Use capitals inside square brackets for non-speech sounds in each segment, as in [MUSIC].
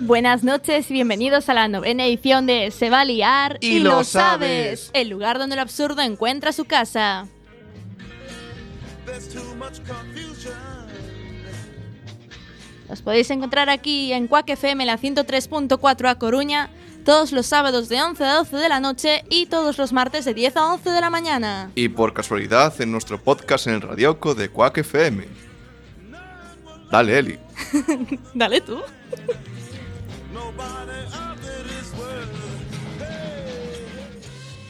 Buenas noches y bienvenidos a la novena edición de Se va a liar Y lo sabes. el lugar donde lo absurdo encuentra su casa. Los podéis encontrar aquí en Quack FM, la 103.4 a Coruña, todos los sábados de 11 a 12 de la noche y todos los martes de 10 a 11 de la mañana. Y por casualidad en nuestro podcast en el Radioco de Quack FM. Dale, Eli. Dale tú.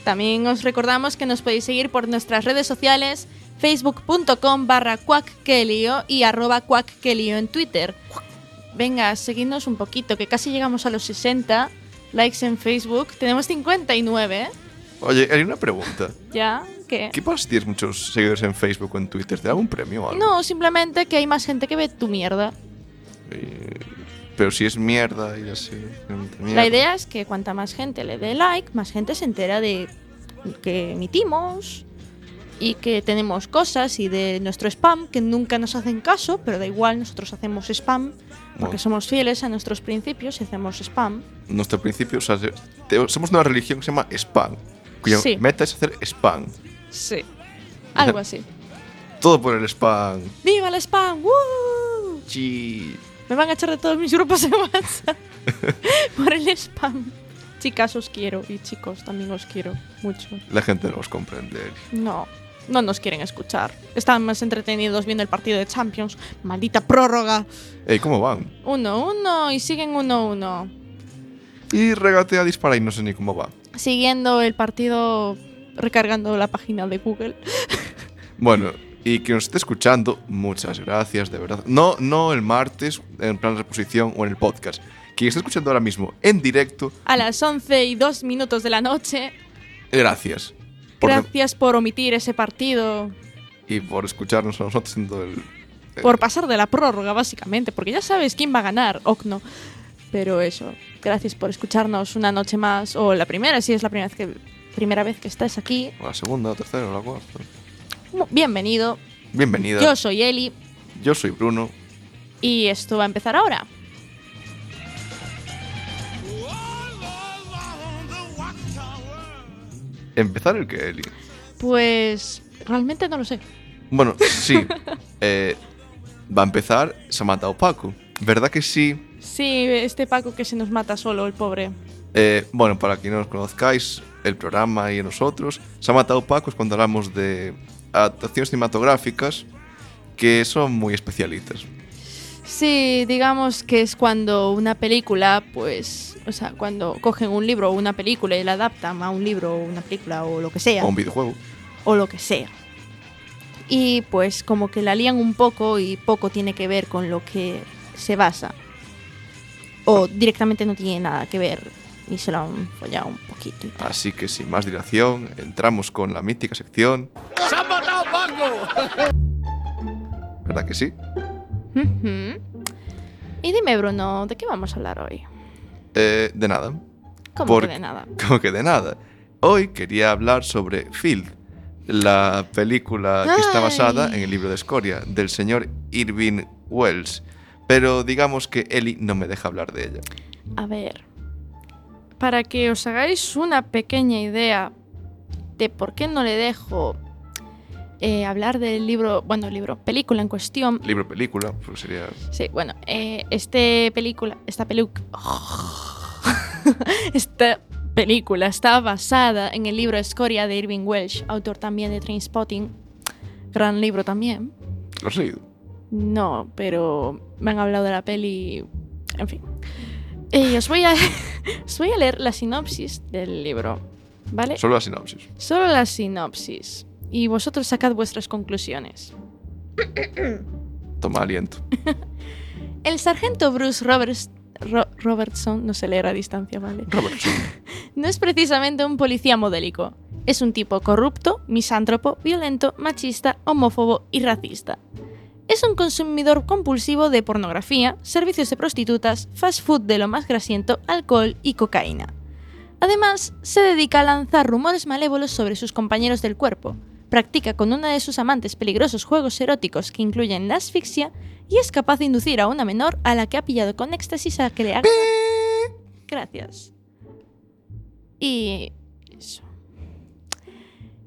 También os recordamos que nos podéis seguir por nuestras redes sociales facebook.com barra cuackelio y arroba cuackelio en Twitter. Venga, seguidnos un poquito, que casi llegamos a los 60 likes en Facebook. Tenemos 59, ¿eh? Oye, Eli, una pregunta. ¿Ya? ¿Qué? ¿Qué pasa si tienes muchos seguidores en Facebook o en Twitter? ¿Te da un premio o algo? No, simplemente que hay más gente que ve tu mierda. Eh, pero si es mierda y así. realmente mierda. La idea es que cuanta más gente le dé like, más gente se entera de que emitimos y que tenemos cosas y de nuestro spam que nunca nos hacen caso, pero da igual, nosotros hacemos spam porque Bueno. somos fieles a nuestros principios y hacemos spam. Nuestro principio, o sea, te- somos una religión que se llama spam. Cuya Sí. meta es hacer spam. Sí. Algo así. Todo por el spam. ¡Viva el spam! ¡Woo! Chi. Me van a echar de todos mis grupos de WhatsApp por el spam. Chicas, os quiero y chicos, también os quiero mucho. La gente no os comprende, Eli. No, no nos quieren escuchar. Están más entretenidos viendo el partido de Champions. Maldita prórroga. Ey, ¿cómo van? 1-1 y siguen 1-1. Y regatea, dispara y no sé ni cómo va. Siguiendo el partido, recargando la página de Google. Bueno, y que nos esté escuchando, muchas gracias, de verdad. No, no el martes, en plan reposición o en el podcast. Quien esté escuchando ahora mismo en directo, A las 11 y 2 minutos de la noche. gracias. Por- Gracias por omitir ese partido. y por escucharnos a nosotros en todo el. Por pasar de la prórroga, básicamente. Porque ya sabes quién va a ganar, Ocno. Pero eso, gracias por escucharnos una noche más. O la primera, si es la primera vez que, primera vez que estás aquí. o La segunda, la tercera, o la cuarta. Bienvenido. Bienvenida. Yo soy Eli. Yo soy Bruno. Y esto va a empezar ahora. ¿Empezar el que, Eli? Pues realmente no lo sé. Bueno, sí. eh, va a empezar Samantha o Paco. ¿Verdad que sí? Sí, este Paco que se nos mata solo, el pobre. Eh, bueno, para que no os conozcáis, el programa y nosotros, se ha matado Paco es cuando hablamos de adaptaciones cinematográficas que son muy especialistas. Sí, digamos que es cuando una película, pues, o sea, cuando cogen un libro o una película y la adaptan a un libro o una película o lo que sea, O un videojuego. o lo que sea. Y pues como que la lían un poco y poco tiene que ver con lo que se basa. O directamente no tiene nada que ver y se lo han follado un poquito y tal. Así que sin más dilación, entramos con la mítica sección. ¿Verdad que sí? Ujú. Y dime, Bruno, ¿de qué vamos a hablar hoy? Eh, de nada. ¿Cómo Por- que de nada? [LAUGHS] Como que de nada. Hoy quería hablar sobre Field, la película que está basada Ay. en el libro de Escoria del señor Irving Wells. Pero digamos que Ellie no me deja hablar de ella. A ver, para que os hagáis una pequeña idea de por qué no le dejo eh, hablar del libro, bueno, libro, película en cuestión. Libro, película, pues sería. Sí, bueno, eh, este película, esta peluca, [LAUGHS] esta película está basada en el libro Escoria de Irving Welsh, autor también de Trainspotting, gran libro también. ¿Lo has leído? No, pero me han hablado de la peli. En fin. Eh, os, voy a, [LAUGHS] os voy a leer la sinopsis del libro, ¿vale? Solo la sinopsis. Solo la sinopsis. Y vosotros sacad vuestras conclusiones. Toma aliento. El sargento Bruce Roberts- Ro- Robertson, no se leer a distancia, ¿vale? Robertson. No es precisamente un policía modélico. Es un tipo corrupto, misántropo, violento, machista, homófobo y racista. Es un consumidor compulsivo de pornografía, servicios de prostitutas, fast food de lo más grasiento, alcohol y cocaína. Además, se dedica a lanzar rumores malévolos sobre sus compañeros del cuerpo, practica con una de sus amantes peligrosos juegos eróticos que incluyen la asfixia y es capaz de inducir a una menor a la que ha pillado con éxtasis a que le haga... Gracias. Y... Eso.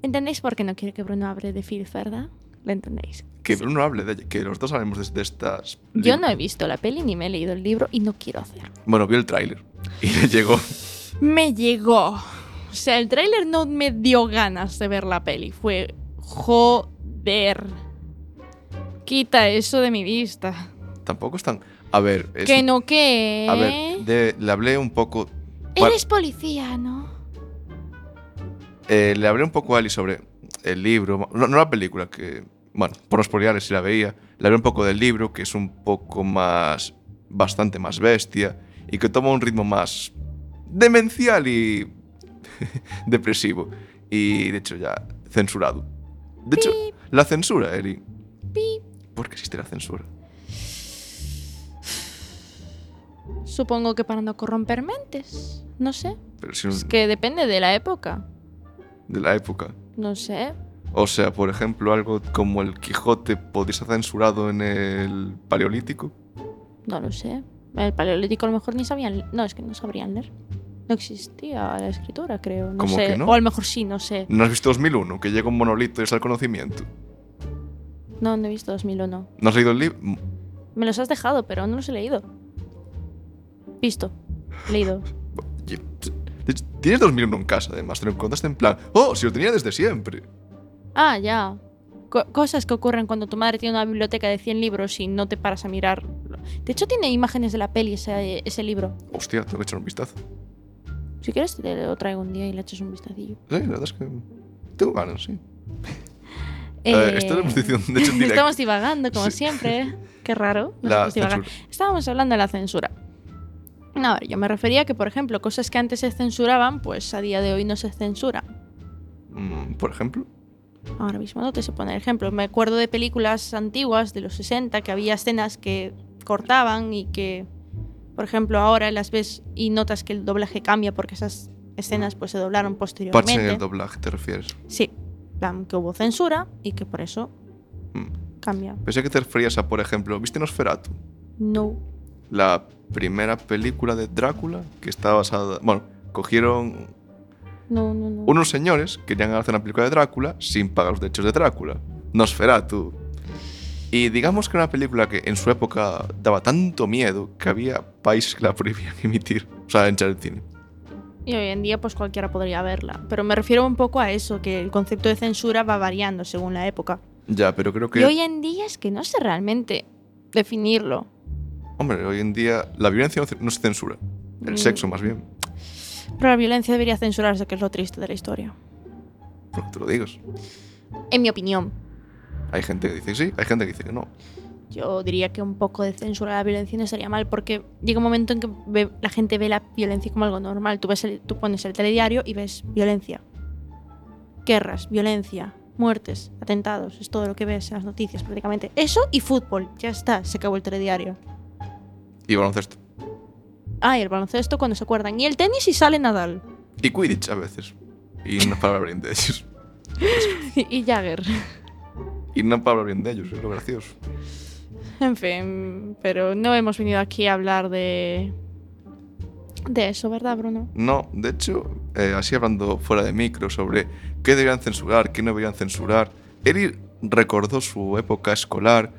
¿Entendéis por qué no quiere que Bruno hable de Phil, verdad? ¿Lo entendéis? Que Bruno hable de ella, que los dos hablemos de, de estas. Yo no he visto la peli ni me he leído el libro y no quiero hacerlo. Bueno, vio el tráiler y le llegó. Me llegó. O sea, el tráiler no me dio ganas de ver la peli. Fue joder. Quita eso de mi vista. Tampoco están. A ver, es- Que no que. a ver, de- le hablé un poco. Cual- Eres policía, ¿no? eh, le hablé un poco a Ali sobre el libro, no, no la película, que, bueno, por los poliares si la veía, le hablé un poco del libro, que es un poco más, bastante más bestia, y que toma un ritmo más demencial y [LAUGHS] depresivo, y de hecho ya censurado. De hecho, Pip. la censura, Eli. Pi. ¿Por qué existe la censura? Supongo que para no corromper mentes. No sé. Pero si Es un- que depende de la época. de la época. No sé. O sea, por ejemplo, algo como el Quijote podría ser censurado en el Paleolítico. No lo sé. El paleolítico a lo mejor ni sabían. No, es que no sabrían leer. No existía la escritura, creo. No ¿Cómo sé. que no? O a lo mejor sí, no sé. ¿No has visto 2001? Que llega un monolito y es el conocimiento. No, no he visto 2001. ¿No has leído el libro? Mm, Me los has dejado, pero no los he leído. Visto. [LAUGHS] Leído. Tienes 2001 en casa, además. Te lo encontraste en plan. ¡Oh! Si lo tenía desde siempre. Ah, ya. Co- cosas que ocurren cuando tu madre tiene una biblioteca de 100 libros y no te paras a mirar. De hecho, tiene imágenes de la peli ese, ese libro. Hostia, tengo que echar un vistazo. Si quieres, te lo traigo un día y le echas un vistacillo. Sí, la verdad es que. Tengo ganas, sí. Eh, Eh, esto lo hemos dicho, de hecho, en [LAUGHS] directo. Estamos divagando, como Sí. siempre. ¿eh? Qué raro. nos La hemos divagado. censura. Estábamos hablando de la censura. No, a ver, yo me refería a que, por ejemplo, cosas que antes se censuraban, pues a día de hoy no se censura. Mm, por ejemplo. Ahora mismo no te sé poner ejemplo. Me acuerdo de películas antiguas de los 60 que había escenas que cortaban y que, por ejemplo, ahora las ves y notas que el doblaje cambia porque esas escenas pues se doblaron Parche en posteriormente. el doblaje, ¿te refieres? sí, en plan que hubo censura y que por eso Mm. cambia. Pensé que te referías a, por ejemplo, ¿viste Nosferatu? No. La primera película de Drácula que está basada. Bueno, cogieron No, no, no. unos señores querían hacer una película de Drácula sin pagar los derechos de Drácula. Nosferatu. Y digamos que era una película que en su época daba tanto miedo que había países que la prohibían [LAUGHS] emitir, o sea, entrar al cine. Y hoy en día pues cualquiera podría verla. Pero me refiero un poco a eso, que el concepto de censura va variando según la época. Ya, pero creo que... Y hoy en día es que no sé realmente definirlo. Hombre, hoy en día la violencia no ce- no se censura. El Mm. sexo, más bien. Pero la violencia debería censurarse, que es lo triste de la historia. Por lo que te lo digas. En mi opinión, Hay gente que dice que sí, hay gente que dice que no. yo diría que un poco de censura a la violencia no estaría mal, porque llega un momento en que ve- la gente ve la violencia como algo normal. Tú, ves el- tú pones el telediario y ves violencia. Guerras, violencia, muertes, atentados, es todo lo que ves en las noticias prácticamente. Eso y fútbol, ya está, se acabó el telediario. Y baloncesto. Ah, y el baloncesto cuando se acuerdan. Y el tenis y sale Nadal. Y Quidditch a veces. Y no para hablar bien de ellos. [LAUGHS] y Jagger. Y no para hablar bien de ellos, es lo gracioso. [LAUGHS] En fin, pero no hemos venido aquí a hablar de. de eso, ¿verdad, Bruno? No, de hecho, eh, así hablando fuera de micro sobre qué deberían censurar, qué no deberían censurar, Eri recordó su época escolar,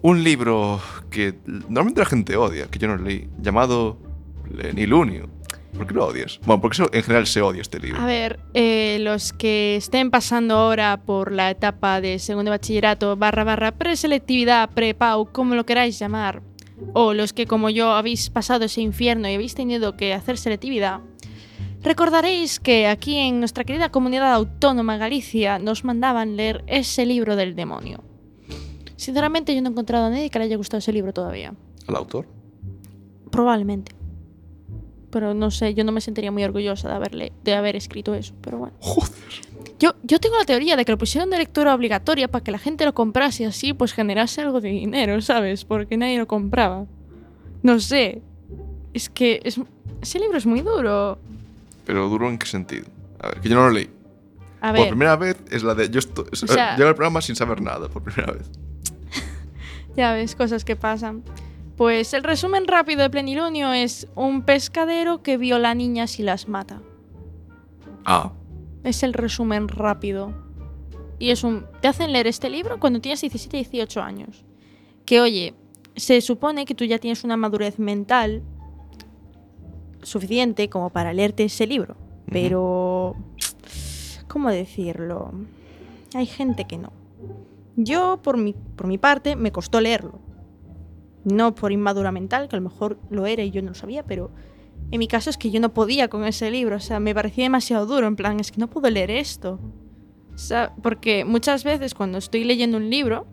un libro que normalmente la gente odia, que yo no leí, llamado Lenilunio. ¿Por qué lo odias? Bueno, porque eso, en general se odia este libro. A ver, eh, los que estén pasando ahora por la etapa de segundo de bachillerato, barra barra preselectividad, prepau, como lo queráis llamar, o los que como yo habéis pasado ese infierno y habéis tenido que hacer selectividad, recordaréis que aquí en nuestra querida comunidad autónoma Galicia nos mandaban leer ese libro del demonio. Sinceramente yo no he encontrado a nadie que le haya gustado ese libro todavía. ¿Al autor? Probablemente. Pero no sé, yo no me sentiría muy orgullosa de haberle, de haber escrito eso, pero bueno. Joder. Yo, yo tengo la teoría de que lo pusieron de lectura obligatoria para que la gente lo comprase y así pues generase algo de dinero, ¿sabes? Porque nadie lo compraba. No sé. Es que es- ese libro es muy duro. Pero duro en qué sentido. A ver, que yo no lo leí. A Por ver, primera vez es la de. Yo estoy, sea- [LAUGHS] llego al programa sin saber nada, por primera vez. ya ves cosas que pasan. Pues el resumen rápido de Plenilunio es un pescadero que viola a niñas y las mata. Ah, Es el resumen rápido. Y es un. Te hacen leer este libro cuando tienes 17, 18 años. Que oye, se supone que tú ya tienes una madurez mental suficiente como para leerte ese libro. Pero. ¿Cómo decirlo? Hay gente que no. Yo, por mi, por mi parte, me costó leerlo. No por inmadura mental, que a lo mejor lo era y yo no lo sabía, pero en mi caso es que yo no podía con ese libro, o sea, me parecía demasiado duro, en plan, es que no puedo leer esto. O sea, porque muchas veces cuando estoy leyendo un libro,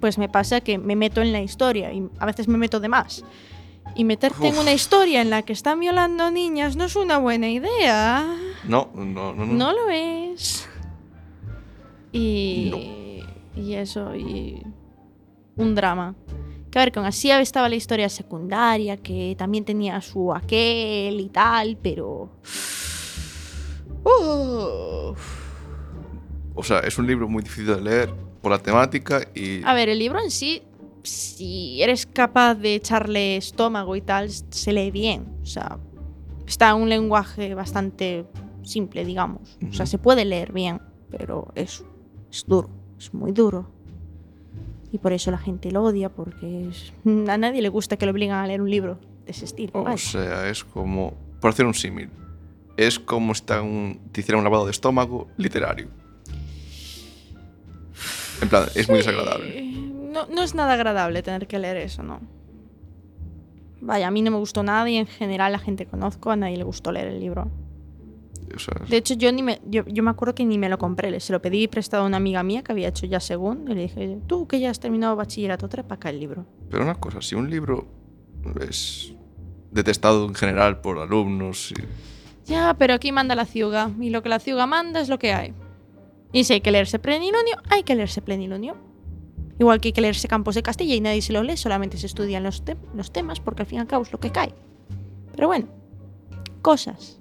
pues me pasa que me meto en la historia y a veces me meto de más. Y meterte en Uf. una historia en la que están violando niñas no es una buena idea. no, no, no. no. No lo es. Y, y eso, y un drama. Que a ver, con así estaba la historia secundaria, que también tenía su aquel y tal, pero... [SIGHS] uh, Uf. O sea, es un libro muy difícil de leer por la temática y. A ver, el libro en sí, si eres capaz de echarle estómago y tal, se lee bien. O sea, está en un lenguaje bastante simple, digamos. O sea, Ujú. se puede leer bien, pero es, es duro, es muy duro. Y por eso la gente lo odia, porque es- a nadie le gusta que lo obligan a leer un libro de ese estilo. O vaya. sea, es como. Por hacer un símil. Es como si te, un- te hicieran un lavado de estómago literario. En plan, es muy Sí. desagradable. No, no es nada agradable tener que leer eso, ¿no? Vaya, a mí no me gustó nada y en general la gente que conozco, a nadie le gustó leer el libro. O sea, De hecho, yo ni me, yo, yo me acuerdo que ni me lo compré. le- Se lo pedí prestado a una amiga mía que había hecho ya según. Y le dije, tú que ya has terminado bachillerato, trae para acá el libro. pero una cosa, si un libro es detestado en general por alumnos y Ya, pero aquí manda la ciuga. Y lo que la ciuga manda es lo que hay. Y si hay que leerse plenilunio, hay que leerse plenilunio. Igual que hay que leerse Campos de Castilla y nadie se lo lee, solamente se estudian los, te- los temas porque al fin y al cabo es lo que cae. Pero bueno, cosas.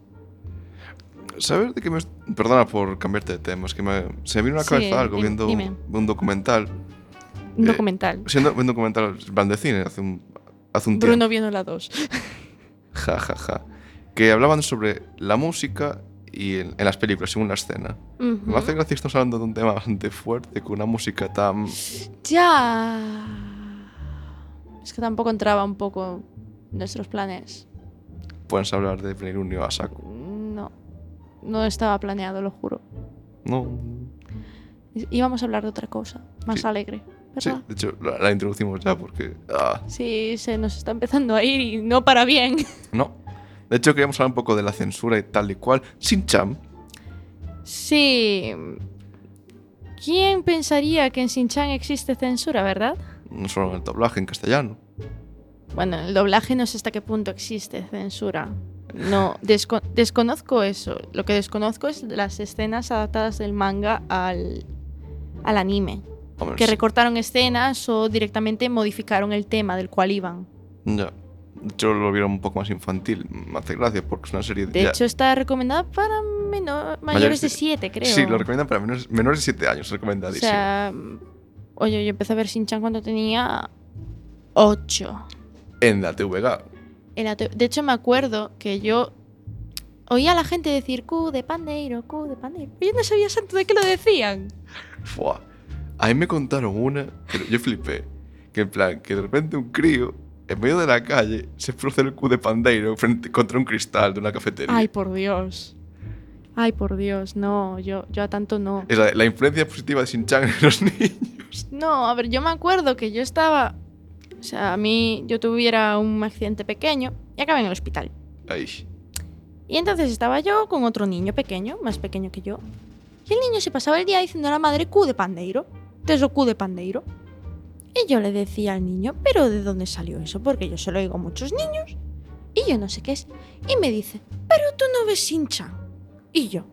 ¿Sabes de qué me.? Perdona por cambiarte de tema, es que me- se me vino a la Sí, cabeza algo dime, viendo dime. un documental. Un Eh, documental. Siendo un documental en plan de cine hace un, hace un Bruno tiempo. viendo la 2. Ja, ja, ja. Que hablaban sobre la música y en, en las películas, según la escena. Me hace gracia que estamos hablando de un tema bastante fuerte, con una música tan. Ya. Es que tampoco entraba un poco nuestros planes. Puedes hablar de Plenilunio a saco. No. No estaba planeado, lo juro. No. I- Íbamos a hablar de otra cosa, más Sí. alegre, Sí, ¿verdad? de hecho, la, la introducimos ya porque. ah, Sí. se nos está empezando a ir y no para bien. no. De hecho, queríamos hablar un poco de la censura y tal y cual. Sin Cham. Sí. ¿Quién pensaría que en Sinchan existe censura, verdad? No solo en el doblaje, en castellano. Bueno, el doblaje no sé hasta qué punto existe censura. No, desco- desconozco eso. Lo que desconozco es las escenas adaptadas del manga al, al anime. Hombre, Que sí. recortaron escenas o directamente modificaron el tema del cual iban. Ya. De hecho, lo vieron un poco más infantil. Me hace gracia porque es una serie De ya- hecho, está recomendada para menor- mayores de de- 7, creo. Sí, lo recomiendan para menores, menores de 7 años, O recomendadísimo. sea, oye, yo empecé a ver Shin-Chan cuando tenía 8. En la TVG. El ateo- De hecho, me acuerdo que yo oía a la gente decir Q de pandeiro, Q de pandeiro. Pero Yo no sabía santo de qué lo decían. Fua. A mí me contaron una que yo flipé. Que en plan, que de repente un crío, en medio de la calle, se puso a hacer el cu de pandeiro frente, contra un cristal de una cafetería. Ay, por Dios. Ay, por Dios. No, yo, yo a tanto no. Es la, la influencia positiva de Shin-Chan en los [LAUGHS] niños. No, a ver, yo me acuerdo que yo estaba. O sea, a mí, yo tuviera un accidente pequeño y acabé en el hospital. Ay. Y entonces estaba yo con otro niño pequeño, más pequeño que yo. Y el niño se pasaba el día diciendo a la madre Q de pandeiro. Entonces o Q de pandeiro. Y yo le decía al niño, pero ¿de dónde salió eso? Porque yo se lo digo a muchos niños. Y yo no sé qué es. Y me dice, pero tú no ves hincha. Y yo.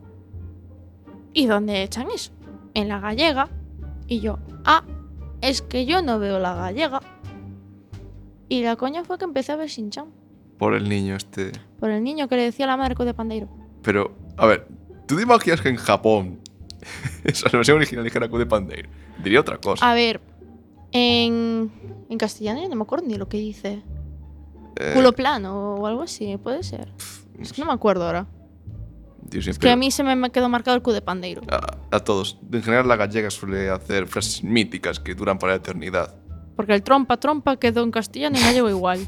¿Y dónde echan eso? En la gallega. Y yo, ah, es que yo no veo la gallega. Y la coña fue que empecé a ver Sinchan. Por el niño este. Por el niño que le decía a la madre Q de pandeiro. Pero, a ver, ¿Tú te imaginas que en Japón [LAUGHS] esa versión original dijera Coup de Pandeiro? Diría otra cosa. A ver, en, en castellano ya no me acuerdo ni lo que dice. Eh, Culo plano o algo así, puede ser. Es que no me acuerdo ahora. yo Es siempre- que a mí se me quedó marcado el cu de pandeiro. a, a todos. En general, la gallega suele hacer frases míticas que duran para la eternidad. Porque el trompa trompa quedó en castellano y me llevo [LAUGHS] igual.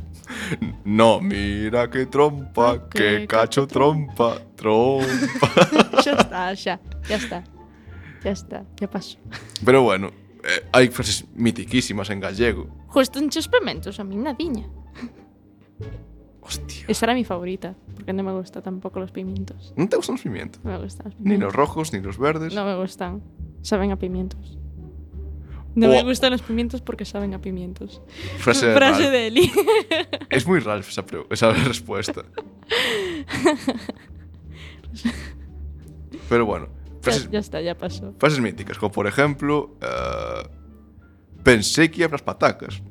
No, mira qué trompa, Ah, qué, qué cacho cacho trompa, [LAUGHS] trompa. ya está, ya. Ya está. Ya está, ya pasó. Pero bueno, eh, hay frases mitiquísimas en gallego. Justo en suspementos, a mí nadiña. Hostia. Esa era mi favorita, porque no me gustan tampoco los pimientos. ¿No te gustan los pimientos? No me gustan los Ni pimientos. los rojos, ni los verdes. No me gustan. Saben a pimientos. No me Oh. gustan los pimientos porque saben a pimientos. Frase de Frase Ralph. de Eli. Es muy Ralph esa, pre- esa [LAUGHS] respuesta. Pero bueno, frases, ya, ya está, ya pasó. frases míticas, como por ejemplo, eh, pensé que las patacas.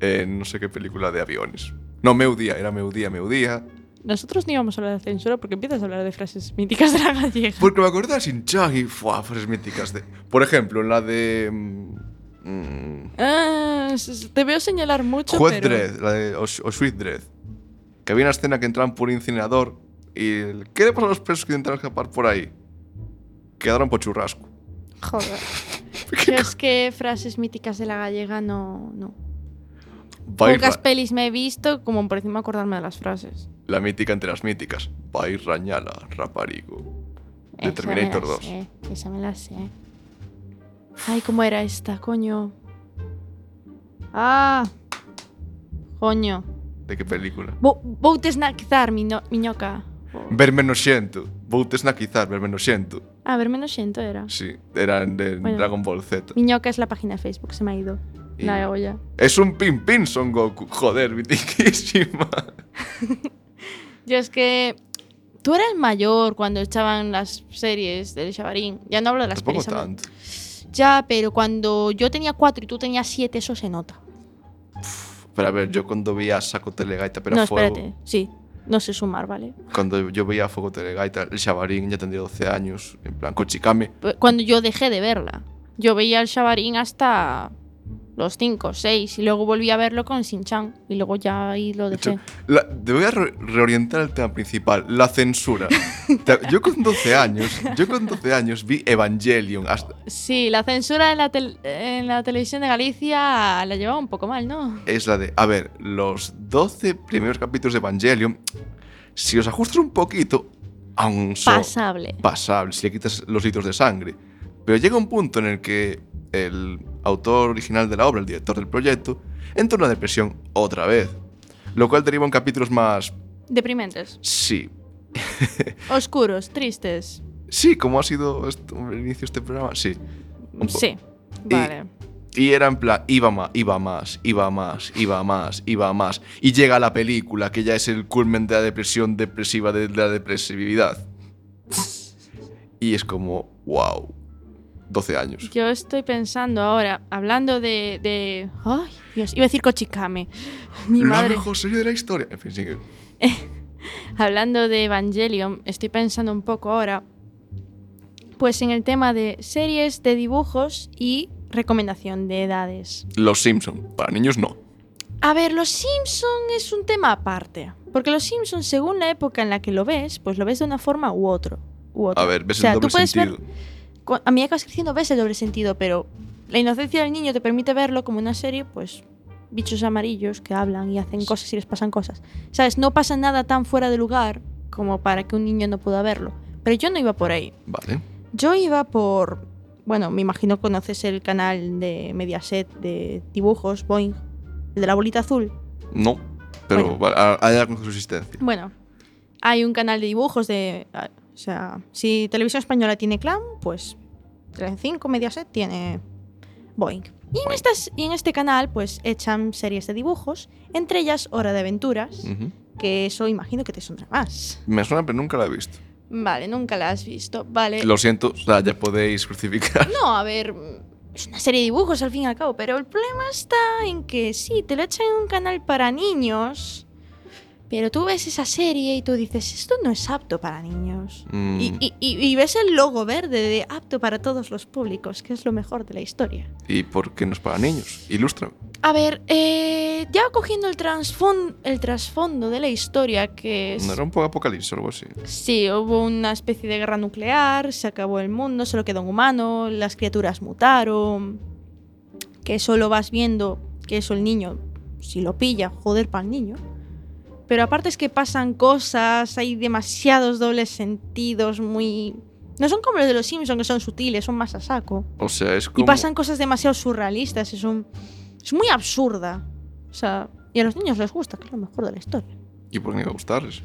En no sé qué película de aviones. No, Meudía, era Meudía, Meudía. Nosotros no íbamos a hablar de censura porque empiezas a hablar de frases míticas de la gallega. Porque me acordé de Shinchagi, fuá, frases míticas. De, por ejemplo, en la de. mm, mm, Ah, s- s- te veo señalar mucho. Juez pero- Dredd, la de, o, o Sweet Dread. Que había una escena que entraban por un incinerador y el, ¿qué le pasa a los presos que intentaron escapar por ahí? Quedaron por churrasco. [LAUGHS] Joder. Yo es que frases míticas de la gallega no. no. Va a ir Pocas ra- pelis me he visto como por encima acordarme de las frases. la mítica entre las míticas. Va a ir rañala, raparigo. De Esa Terminator me la 2. sé, esa me la sé. Ay, ¿cómo era esta, coño? Ah. Coño. ¿De qué película? Bo- Boutes naquizar, miño- miñoca. Bo- Verme no siento. Voy snackizar, verme no siento. Ah, verme no siento era. Sí, eran de Bueno. Dragon Ball Z. Miñoca es la página de Facebook, se me ha ido. Y- La hago ya. Es un pin pin Son Goku. Joder, mitiquísima. Yo es que tú eras mayor cuando echaban las series del Shabarín. Ya no hablo de las Tampoco pelis, hablo- tanto. Ya, pero cuando yo tenía cuatro y tú tenías siete, eso se nota. Pero a ver, yo cuando veía Saco Telegaita, pero no, a fuego. espérate. Sí, no sé sumar, ¿vale? Cuando yo veía a Fuego Telegaita, el Shabarín ya tendría 12 años. En plan, Kochikame. P- Cuando yo dejé de verla. Yo veía el Shabarín hasta los cinco, seis, y luego volví a verlo con Sinchan. Y luego ya ahí lo De hecho, dejé. la- te voy a re- reorientar al tema principal, la censura. [LAUGHS] Te- yo con 12 años, yo con 12 años vi Evangelion. hasta- Sí, la censura en la, tel- en la televisión de Galicia la llevaba un poco mal, ¿no? es la de, a ver, los 12 primeros capítulos de Evangelion, si os ajustas un poquito, aún son Pasable. pasables, si le quitas los litros de sangre. Pero llega un punto en el que el autor original de la obra, el director del proyecto, entra en una depresión otra vez. Lo cual deriva en capítulos más... Deprimentes. Sí, Oscuros, tristes. Sí, como ha sido esto- el inicio de este programa, sí. Un po- Sí, Y- vale. Y era en plan, iba más, iba más, iba más, iba más, iba más. Y llega la película, que ya es el culmen de la depresión depresiva de la depresividad. Y es como, wow, 12 años. Yo estoy pensando ahora, hablando de, de- Ay, Dios, iba a decir Kochikame. [LAUGHS] Mi la madre. mejor serie de la historia. En fin, sigue. Hablando de Evangelion, estoy pensando un poco ahora. Pues en el tema de series, de dibujos y recomendación de edades. Los Simpson para niños no. A ver, Los Simpson es un tema aparte. Porque Los Simpson, según la época en la que lo ves, pues lo ves de una forma u, otro, u otra. A ver, ves O sea, el tú doble puedes ver sentido. cu- a medida que vas creciendo ves el doble sentido, pero la inocencia del niño te permite verlo como una serie, pues bichos amarillos que hablan y hacen cosas y les pasan cosas. ¿Sabes? No pasa nada tan fuera de lugar como para que un niño no pueda verlo. Pero yo no iba por ahí. Vale. Yo iba por... Bueno, me imagino conoces el canal de Mediaset de dibujos, Boing, el de la bolita azul. No, pero Bueno. vale, a- hay algo con su existencia. Bueno, hay un canal de dibujos de... ah, O sea, si Televisión Española tiene Clam, pues Telecinco, Mediaset tiene Boeing. Y en, Boing. estas, y en este canal pues echan series de dibujos, entre ellas Hora de Aventuras, Ujú. que eso imagino que te sonará más. Me suena, pero nunca la he visto. Vale, nunca la has visto. Vale. Lo siento, o sea, ya podéis crucificar. No, a ver, mm, es una serie de dibujos al fin y al cabo, pero el problema está en que sí, te lo echan en un canal para niños, Pero tú ves esa serie y tú dices, esto no es apto para niños. [LAUGHS] Mm, Y, y- y- y ves el logo verde de apto para todos los públicos, que es lo mejor de la historia. ¿Y por qué no es para niños? Ilustra. A ver, eh, ya cogiendo el trasfondo, el trasfondo de la historia, que es... No era un poco apocalipsis o algo así. Sí, hubo una especie de guerra nuclear, se acabó el mundo, solo quedó un humano, las criaturas mutaron. Que eso lo vas viendo, que eso el niño, si lo pilla, joder para el niño. Pero aparte es que pasan cosas, hay demasiados dobles sentidos muy. No son como los de los Simpsons, que son sutiles, son más a saco. O sea, es Y como. pasan cosas demasiado surrealistas, es, un... es muy absurda. O sea, y a los niños les gusta, que es lo mejor de la historia. ¿Y por qué no gustarles?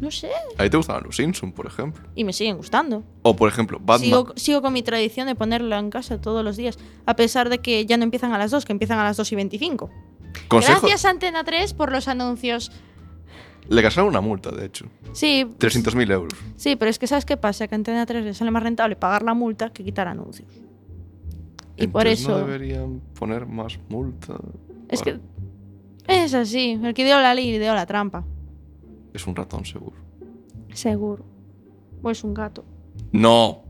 No sé, A ti te gustaban los Simpsons, por ejemplo. y me siguen gustando. O, por ejemplo, Batman. Sigo, sigo con mi tradición de ponerlo en casa todos los días, a pesar de que ya no empiezan a las 2, que empiezan a las 2 y 25. Consejo. Gracias Antena 3 por los anuncios. Le casaron una multa, de hecho. Sí, 300.000 euros. sí, pero es que ¿sabes qué pasa? Que a Antena 3 le sale más rentable pagar la multa que quitar anuncios. Y por Entonces, eso... No deberían poner más multa. es Vale, que... Es así, el que dio la ley dio la trampa. Es un ratón, seguro. Seguro. O es un gato. No.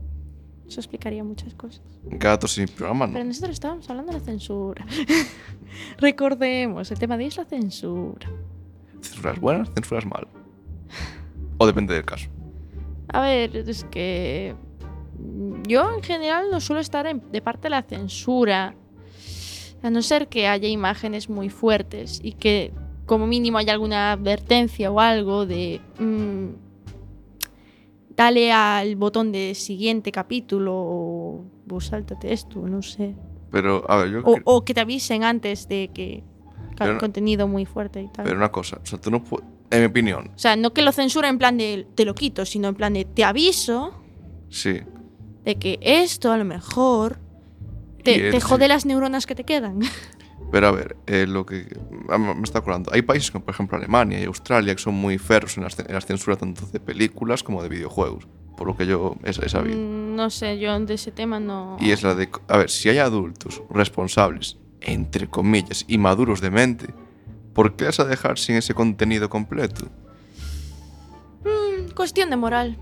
Eso explicaría muchas cosas. Gatos sin programa, no. Pero nosotros estábamos hablando de la censura. [LAUGHS] Recordemos, el tema de hoy es la censura. Censuras buenas, censuras mal. O depende del caso. A ver, es que mm, yo en general no suelo estar en- de parte de la censura, a no ser que haya imágenes muy fuertes y que como mínimo haya alguna advertencia o algo de mm, dale al botón de siguiente capítulo o, o sáltate esto, no sé. Pero, a ver, yo. O, cre- o que te avisen antes de que ca- Pero no- contenido muy fuerte y tal. Pero una cosa, o sea, tú no puedes. En mi opinión, o sea, no que lo censura en plan de te lo quito, sino en plan de te aviso sí. de que esto a lo mejor Y te, el- te jode las neuronas que te quedan. [LAUGHS] Pero a ver, eh, lo que ah, me me está acordando, hay países como por ejemplo Alemania y Australia que son muy ferros en la, en la censura tanto de películas como de videojuegos, por lo que yo he, he sabido. Mm, No sé, yo de ese tema no. Y es la de, a ver, si hay adultos responsables, entre comillas, y maduros de mente, ¿por qué les vas a dejar sin ese contenido completo? Mm, cuestión de moral.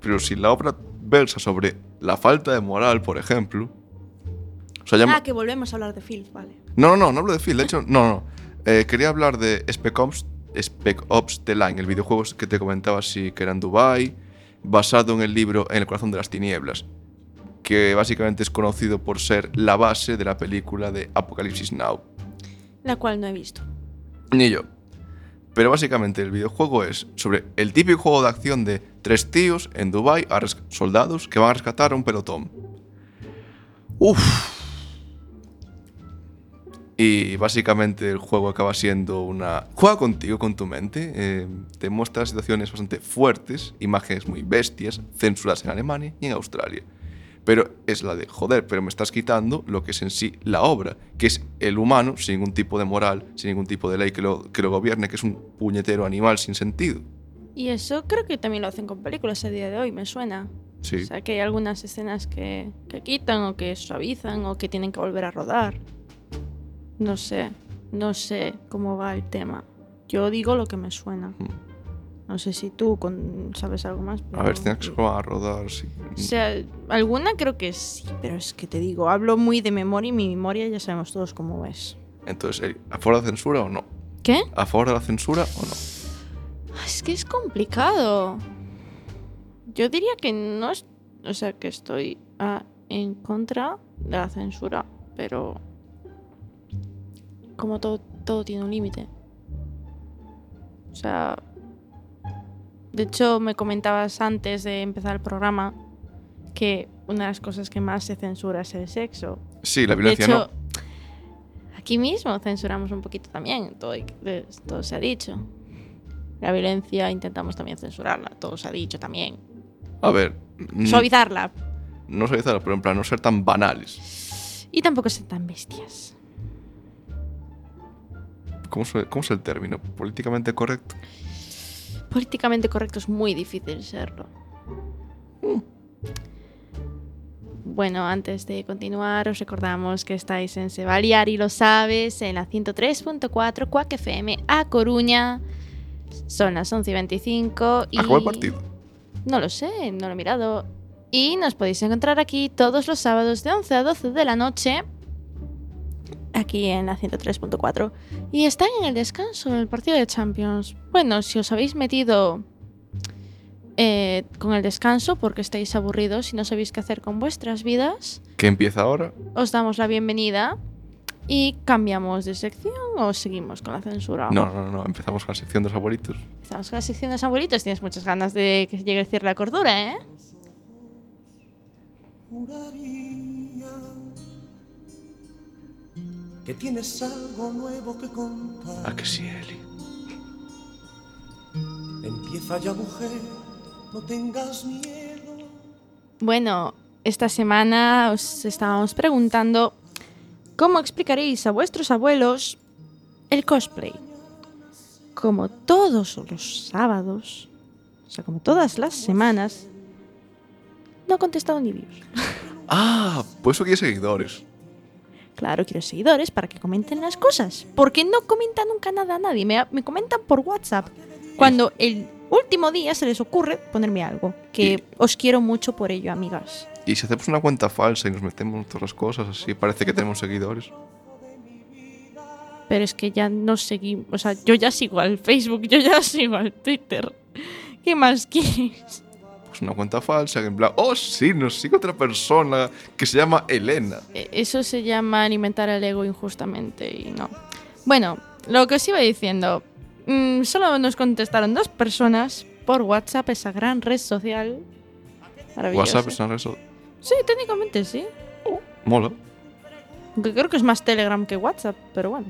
Pero si la obra versa sobre la falta de moral, por ejemplo... O sea, ya me- Ah, que volvemos a hablar de Phil, vale. No, no, no, no hablo de Phil, de hecho, no, no. Eh, quería hablar de Spec Ops, Spec Ops The Line, el videojuego que te comentaba así que era en Dubai, basado en el libro En el corazón de las tinieblas, que básicamente es conocido por ser la base de la película de Apocalipsis Now. La cual no he visto. Ni yo. Pero básicamente el videojuego es sobre el típico juego de acción de tres tíos en Dubai a res- soldados que van a rescatar a un pelotón. Uf. Y básicamente el juego acaba siendo una... Juega contigo, con tu mente. eh, te muestra situaciones bastante fuertes, imágenes muy bestias, censuradas en Alemania y en Australia. Pero es la de, joder, pero me estás quitando lo que es en sí la obra, que es el humano sin ningún tipo de moral, sin ningún tipo de ley que lo, que lo gobierne, que es un puñetero animal sin sentido. Y eso creo que también lo hacen con películas a día de hoy, me suena. Sí. O sea, que hay algunas escenas que, que quitan o que suavizan o que tienen que volver a rodar. No sé, no sé cómo va el tema. Yo digo lo que me suena. Mm. No sé si tú con- sabes algo más. A ver, pero- tienes que jugar a rodar, sí. O sea, alguna creo que sí, pero es que te digo, hablo muy de memoria y mi memoria ya sabemos todos cómo es. Entonces, eh, ¿a favor de la censura o no? ¿Qué? ¿A favor de la censura o no? Es que es complicado. Yo diría que no es. O sea, que estoy ah, en contra de la censura, pero. Como todo, todo tiene un límite. O sea. De hecho, me comentabas antes de empezar el programa que una de las cosas que más se censura es el sexo. Sí, la violencia de hecho, aquí mismo censuramos un poquito también, todo, hay- de- todo se ha dicho. La violencia intentamos también censurarla, todo se ha dicho también. no. A ver, mm, Suavizarla. no suavizar, pero en plan, no ser tan banales. Y tampoco ser tan bestias. ¿Cómo, sue- cómo es el término? ¿Políticamente correcto? Mm. Políticamente correcto es muy difícil serlo. Bueno, antes de continuar, os recordamos que estáis en Sevaliar y lo sabes, en la 103.4 Cuac FM a Coruña. Son las 11 y 25 y... Acabó el partido. No lo sé, no lo he mirado. Y nos podéis encontrar aquí todos los sábados de 11 a 12 de la noche, aquí en la 103.4. Y están en el descanso el partido de Champions. Bueno, si os habéis metido eh, con el descanso porque estáis aburridos y no sabéis qué hacer con vuestras vidas, Que empieza ahora. os damos la bienvenida y cambiamos de sección o seguimos con la censura. No, no, no, no, empezamos con la sección de los abuelitos. Estamos con la sección de los abuelitos. Tienes muchas ganas de que llegue el cierre de la cordura, ¿eh? juraría que tienes algo nuevo que contar. Ah, que sí, Eli. Empieza ya, mujer, no tengas miedo. Bueno, esta semana os estábamos preguntando cómo explicaréis a vuestros abuelos el cosplay. Como todos los sábados, o sea, como todas las semanas, no ha contestado ni Dios. Ah, pues eso quiere seguidores. Claro, quiero seguidores para que comenten las cosas, porque no comenta nunca nada a nadie, me, me comentan por WhatsApp cuando el último día se les ocurre ponerme algo, que Y- os quiero mucho por ello, amigas. Y si hacemos una cuenta falsa y nos metemos todas las cosas así, parece que tenemos seguidores. Pero es que ya no seguimos. O sea, yo ya sigo al Facebook, yo ya [LAUGHS] sigo al Twitter. ¿Qué más quieres? Pues una cuenta falsa, en plan, oh sí, nos sigue otra persona que se llama Elena. E- Eso se llama alimentar el ego injustamente y no. Bueno, lo que os iba diciendo. mm, solo nos contestaron dos personas por WhatsApp, esa gran red social. Maravillosa. WhatsApp es una red so- Sí, técnicamente sí. Mola. Aunque creo que es más Telegram que WhatsApp, pero bueno.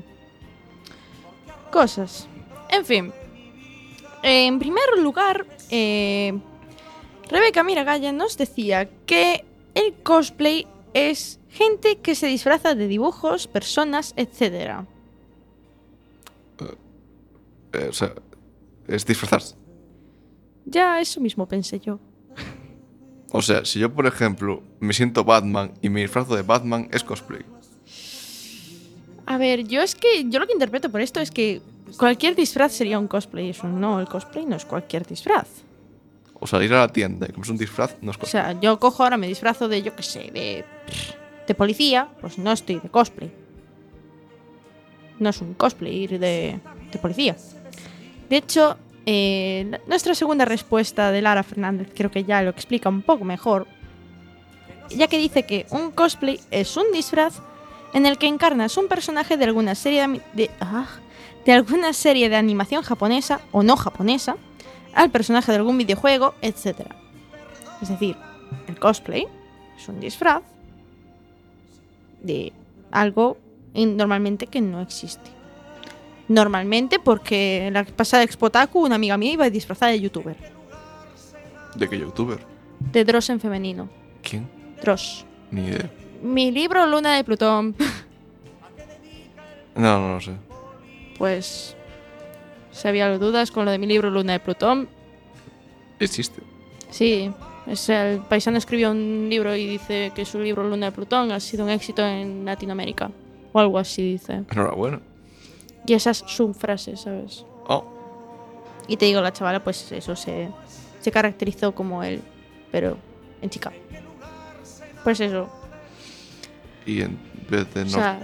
Cosas. En fin. En primer lugar, eh, Rebeca Miragaya nos decía que el cosplay es gente que se disfraza de dibujos, personas, etc. Eh, o sea, es disfrazarse. Ya eso mismo pensé yo. O sea, si yo, por ejemplo, me siento Batman y me disfrazo de Batman, es cosplay. A ver, yo es que yo lo que interpreto por esto es que cualquier disfraz sería un cosplay. Eso no, el cosplay no es cualquier disfraz. O sea, ir a la tienda y comprarse un disfraz no es O cosplay. sea, yo cojo ahora, me disfrazo de, yo qué sé, de, de policía, pues no estoy de cosplay. No es un cosplay ir de, de policía. De hecho, eh, la- nuestra segunda respuesta de Lara Fernández creo que ya lo explica un poco mejor, ya que dice que un cosplay es un disfraz en el que encarnas un personaje de alguna serie de, ami- de- ah, de alguna serie de animación japonesa o no japonesa, al personaje de algún videojuego, etcétera. Es decir, el cosplay es un disfraz de algo en- normalmente que no existe. Normalmente porque en la pasada Expotaku una amiga mía iba disfrazada de youtuber, ¿De qué youtuber? de Dross en femenino. ¿Quién? Dross. Ni idea. Mi libro Luna de Plutón, [LAUGHS] No, no, no sé. pues si había dudas con lo de mi libro Luna de Plutón, Existe. Sí, es el paisano escribió un libro y dice que su libro Luna de Plutón ha sido un éxito en Latinoamérica. O algo así dice. Enhorabuena. Y esa es su frase, ¿sabes? Oh, Y te digo, la chavala, pues eso se, se caracterizó como él, pero en chica. Pues eso. y en vez de o no. sea,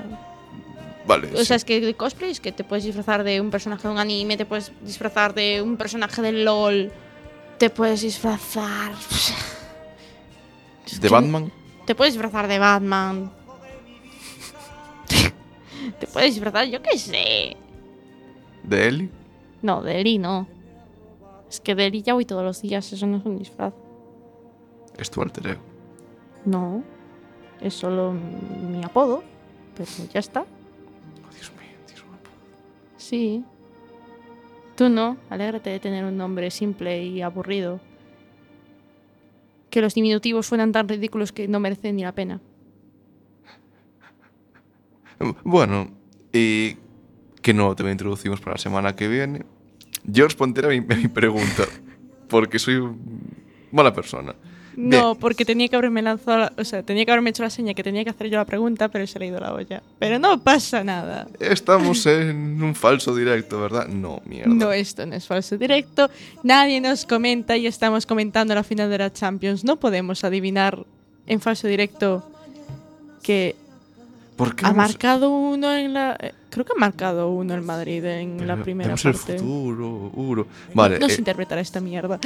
vale. o sea, sí. es que el cosplay es que te puedes disfrazar de un personaje de un anime, te puedes disfrazar de un personaje de LOL, te puedes disfrazar. [LAUGHS] Es ¿De que- Batman? Te puedes disfrazar de Batman. [LAUGHS] Te puedes disfrazar, yo qué sé. ¿De Eli? No, de Eri no. Es que de Eri ya voy todos los días, eso no es un disfraz. Es tu alter ego. No. Es solo mi apodo. Pero ya está. Oh, Dios mío, Dios mío. Sí. Tú no. Alégrate de tener un nombre simple y aburrido. Que los diminutivos suenan tan ridículos que no merecen ni la pena. Bueno, y que no te introducimos para la semana que viene. Yo responderé a mi, a mi pregunta, porque soy un- mala persona. No, porque tenía que haberme lanzado, la- o sea, tenía que haberme hecho la seña que tenía que hacer yo la pregunta, pero se le ha ido la olla. Pero no pasa nada. Estamos en un falso directo, ¿verdad? No, mierda. No, esto no es falso directo. Nadie nos comenta y estamos comentando la final de la Champions. No podemos adivinar en falso directo que ¿Por qué ha vemos- marcado uno en la. eh, Creo que ha marcado uno el Madrid en la Pero primera vemos parte. el futuro, uro. Vale, no eh, se interpretará esta mierda.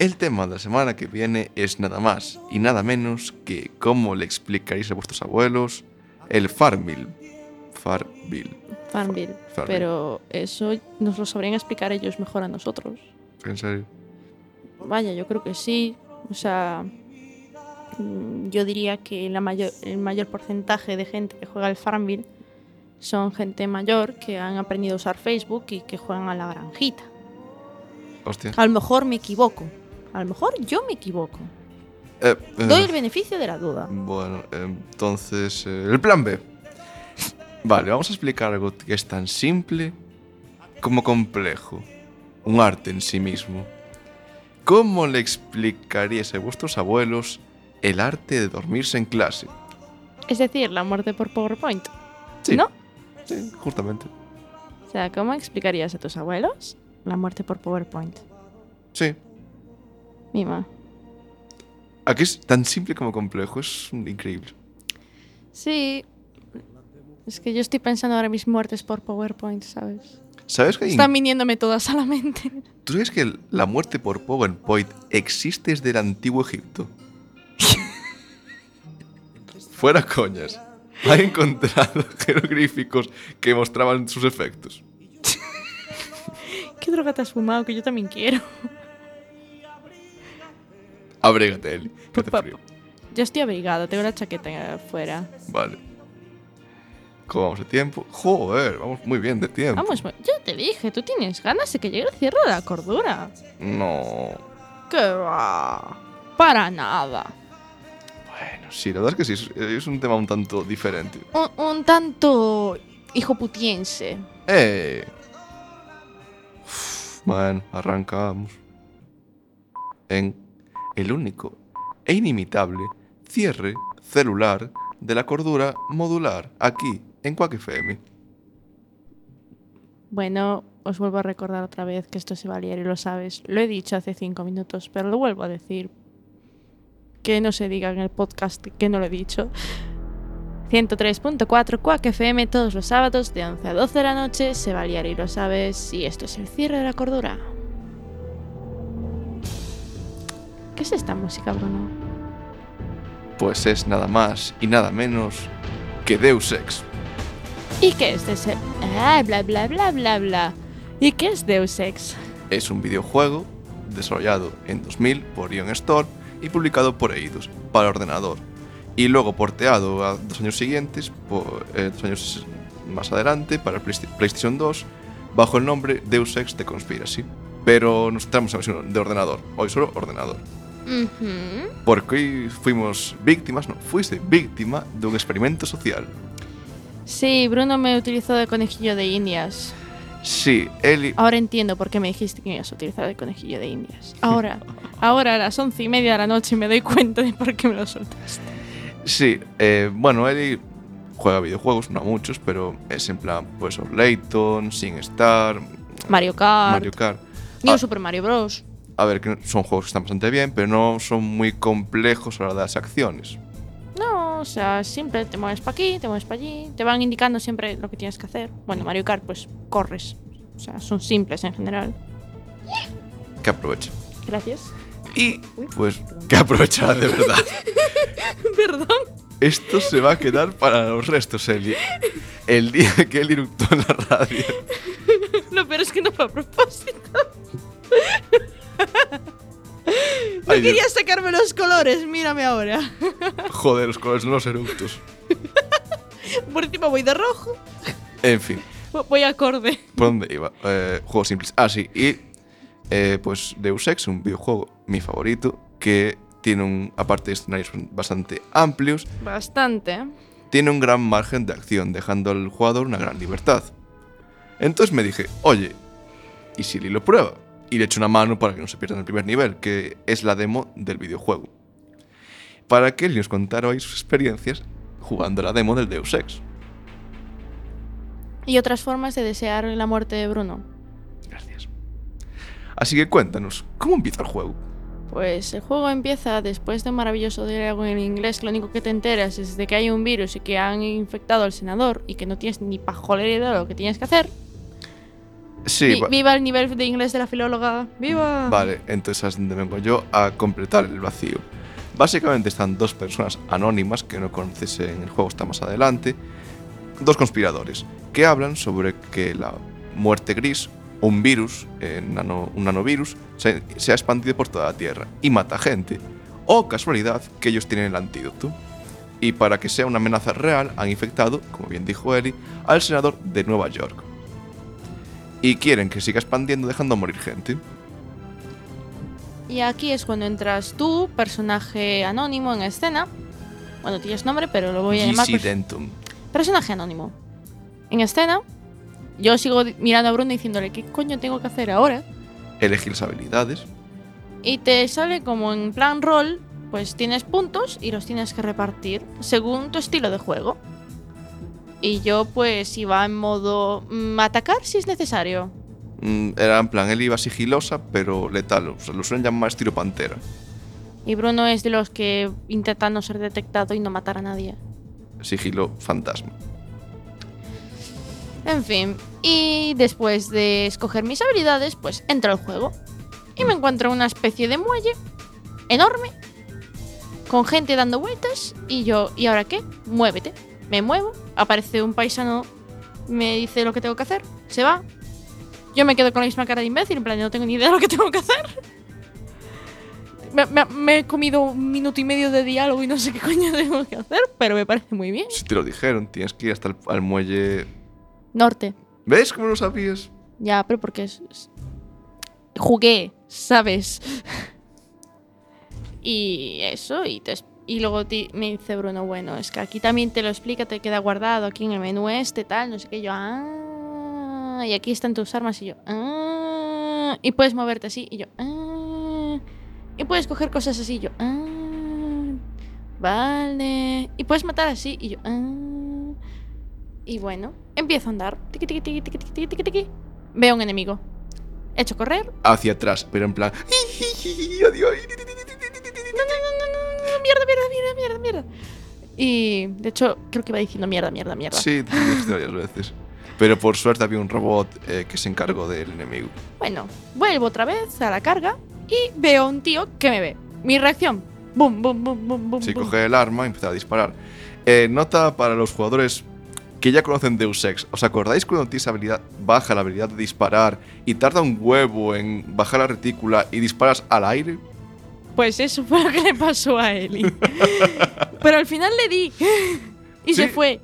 el tema de la semana que viene es nada más y nada menos que cómo le explicaréis a vuestros abuelos el Farmville. Farmville. Farmville. Farmville. Pero eso nos lo sabrían explicar ellos mejor a nosotros. En serio. Vaya, yo creo que sí. O sea, mm, yo diría que la mayor, el mayor porcentaje de gente que juega al Farmville son gente mayor que han aprendido a usar Facebook y que juegan a la granjita. Hostia. A lo mejor me equivoco. A lo mejor yo me equivoco. Eh, eh, Doy el beneficio de la duda. Bueno, entonces, eh, el plan B. Vale, vamos a explicar algo que es tan simple como complejo. Un arte en sí mismo. ¿Cómo le explicaríais a vuestros abuelos el arte de dormirse en clase? Es decir, la muerte por PowerPoint. Sí. ¿No? Sí, justamente. O sea, ¿cómo explicarías a tus abuelos la muerte por PowerPoint? Sí. Mima. Aquí es tan simple como complejo, es increíble. Sí. Es que yo estoy pensando ahora mis muertes por PowerPoint, ¿sabes? ¿Sabes que hay Están viniéndome todas a la mente. ¿Tú sabes que el- la muerte por PowerPoint existe desde el antiguo Egipto? Fuera coñas. Ha encontrado [LAUGHS] jeroglíficos que mostraban sus efectos. [LAUGHS] ¿Qué droga te has fumado? Que yo también quiero. Abrégate, Eli. que hace Pa- frío. Yo estoy abrigada, tengo la chaqueta afuera. Vale. ¿Cómo vamos de tiempo? Joder, vamos muy bien de tiempo. Vamos, yo te dije, tú tienes ganas de que llegue el cierre de la cordura. No. ¿Qué va? Para nada. Bueno, sí, la verdad es que sí, es- es un tema un tanto diferente. Un, un tanto hijoputiense. ¡Eh! Uf, Man, arrancamos. En el único e inimitable cierre celular de la cordura modular aquí en Quack FM. Bueno, os vuelvo a recordar otra vez que esto se va a liar y lo sabes. Lo he dicho hace cinco minutos, pero lo vuelvo a decir. Que no se diga en el podcast que no lo he dicho. 103.4 Quack FM todos los sábados de 11 a 12 de la noche. Se va a liar y lo sabes. Y esto es el cierre de la cordura. ¿Qué es esta música, Bruno? Pues es nada más y nada menos que Deus Ex. ¿Y qué es de ese- Ah, bla, bla, bla, bla, bla. ¿Y qué es Deus Ex? Es un videojuego desarrollado en 2000 por Ion Storm y publicado por Eidos para ordenador. Y luego porteado a dos años siguientes, por- eh, dos años más adelante, para el Playst- PlayStation 2, bajo el nombre Deus Ex The Conspiracy. Pero nos centramos en la versión de ordenador, hoy solo ordenador. Ujú. Porque hoy fuimos víctimas, no, fuiste víctima de un experimento social. Sí, Bruno me utilizó de conejillo de indias. Sí, Eli Ahora entiendo por qué me dijiste que me ibas a utilizar de conejillo de indias. [LAUGHS] Ahora, ahora a las once y media de la noche me doy cuenta de por qué me lo soltaste. Sí, eh, bueno, Eli juega videojuegos, no a muchos, pero es en plan, pues, of Layton, Sin Star, Mario Kart, Mario Kart. y un Ah. Super Mario Bros. A ver, que son juegos que están bastante bien, pero no son muy complejos a la hora de las acciones. No, o sea, siempre te mueves para aquí, te mueves para allí, te van indicando siempre lo que tienes que hacer. Bueno, Mario Kart, pues corres. O sea, son simples en general. Que aproveche. Gracias. Y, pues, que aprovecha de verdad. Perdón. Esto se va a quedar para los restos, Eli. El día que Eli eructó en la radio. Lo peor es que no fue a [LAUGHS] propósito. No Ay, Dios. quería sacarme los colores, mírame ahora. Joder, los colores no los eructos. Por encima voy de rojo, En fin. voy acorde. ¿Por dónde iba? Eh, juegos simples. Ah, sí. Y eh, pues Deus Ex, un videojuego mi favorito, que tiene un, aparte de escenarios bastante amplios, Bastante. tiene un gran margen de acción, dejando al jugador una gran libertad. Entonces me dije, oye, ¿y si Lee lo prueba? Y le echo una mano para que no se pierda en el primer nivel, que es la demo del videojuego. para que nos contara hoy sus experiencias jugando la demo del Deus Ex. Y otras formas de desear la muerte de Bruno. Gracias. Así que cuéntanos, ¿cómo empieza el juego? Pues el juego empieza después de un maravilloso diálogo en inglés. que Lo único que te enteras es de que hay un virus y que han infectado al senador y que no tienes ni pajolera idea de lo que tienes que hacer. Sí, Vi- va- viva el nivel de inglés de la filóloga. ¡Viva! Vale, entonces es donde vengo yo a completar el vacío. Básicamente están dos personas anónimas que no conoces en el juego, está más adelante. Dos conspiradores que hablan sobre que la muerte gris, un virus, eh, nano- un nanovirus, se, se ha expandido por toda la Tierra y mata gente. O casualidad que ellos tienen el antídoto. Y para que sea una amenaza real, han infectado, como bien dijo Eli, al senador de Nueva York. Y quieren que siga expandiendo dejando morir gente. Y aquí es cuando entras tú, personaje anónimo en escena. Bueno, tienes nombre, pero lo voy a llamar. GC pers- Dentum. personaje anónimo. En escena, yo sigo di- mirando a Bruno diciéndole qué coño tengo que hacer ahora. Elegir las habilidades. Y te sale como en plan rol, pues tienes puntos y los tienes que repartir según tu estilo de juego. Y yo pues iba en modo mm, atacar si es necesario. Mm, Era en plan, él iba sigilosa, pero letal. O sea, lo suelen llamar estilo pantera. Y Bruno es de los que intenta no ser detectado y no matar a nadie. Sigilo fantasma. En fin, y después de escoger mis habilidades, pues entro al juego y me encuentro una especie de muelle enorme con gente dando vueltas y yo, ¿y ahora qué? Muévete. Me muevo, aparece un paisano, me dice lo que tengo que hacer, se va. Yo me quedo con la misma cara de imbécil, en plan, no tengo ni idea de lo que tengo que hacer. Me, me- me he comido un minuto y medio de diálogo y no sé qué coño tengo que hacer, pero me parece muy bien. Si te lo dijeron, tienes que ir hasta el al muelle. Norte. ¿Ves cómo lo sabías? Ya, pero porque es- es- jugué, ¿sabes? [LAUGHS] y eso, y, te es- y luego ti- me dice Bruno, bueno, es que aquí también te lo explica, te queda guardado aquí en el menú este, tal, no sé qué, yo, ah, y aquí están tus armas, y yo, ah, y puedes moverte así, y yo, ah, y puedes coger cosas así, y yo, ah, vale, y puedes matar así, y yo, ah, y bueno, empiezo a andar, tiqui, tiqui, tiqui, tiqui, tiqui, tiqui, tiqui. veo un enemigo, echo a correr, Hacia atrás, pero en plan. Adiós. no, no, no, no, no, no, mierda, mierda, mierda, mierda, mierda. Y de hecho, creo que iba diciendo mierda, mierda, mierda. Sí, te lo dijiste varias veces. Pero por suerte había un robot eh, que se encargó del enemigo. Bueno, vuelvo otra vez a la carga y veo a un tío que me ve. Mi reacción: boom, boom, boom, boom, boom. Sí, boom. coge el arma y empieza a disparar. Eh, nota para los jugadores que ya conocen Deus Ex. ¿Os acordáis cuando tienes habilidad, baja la habilidad de disparar y tarda un huevo en bajar la retícula y disparas al aire? Pues eso fue lo que le pasó a [LAUGHS] Eli. Pero al final le di [LAUGHS] y se Sí, fue.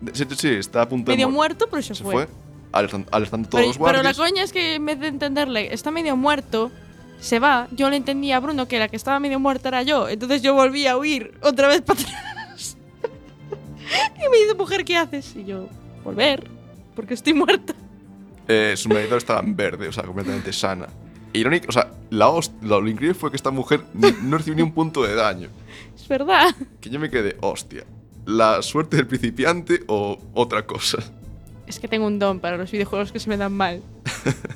De- Sí, sí, está a punto de Medio mor- muerto, pero se, Se fue. alertan- Alertando todos Pero, los pero la guardias. coña es que en vez de entenderle, está medio muerto, se va. Yo le entendí a Bruno que la que estaba medio muerta era yo. Entonces yo volví a huir otra vez para atrás. [LAUGHS] y me dice, mujer, ¿qué haces? Y yo, volver, porque estoy muerta. [LAUGHS] Eh, su medidor estaba en verde, o sea, completamente sana. Irónico, o sea, la host- lo, lo increíble fue que esta mujer ni- no recibió ni un punto de daño. Es verdad. Que yo me quedé, hostia, ¿la suerte del principiante o otra cosa? Es que tengo un don para los videojuegos que se me dan mal.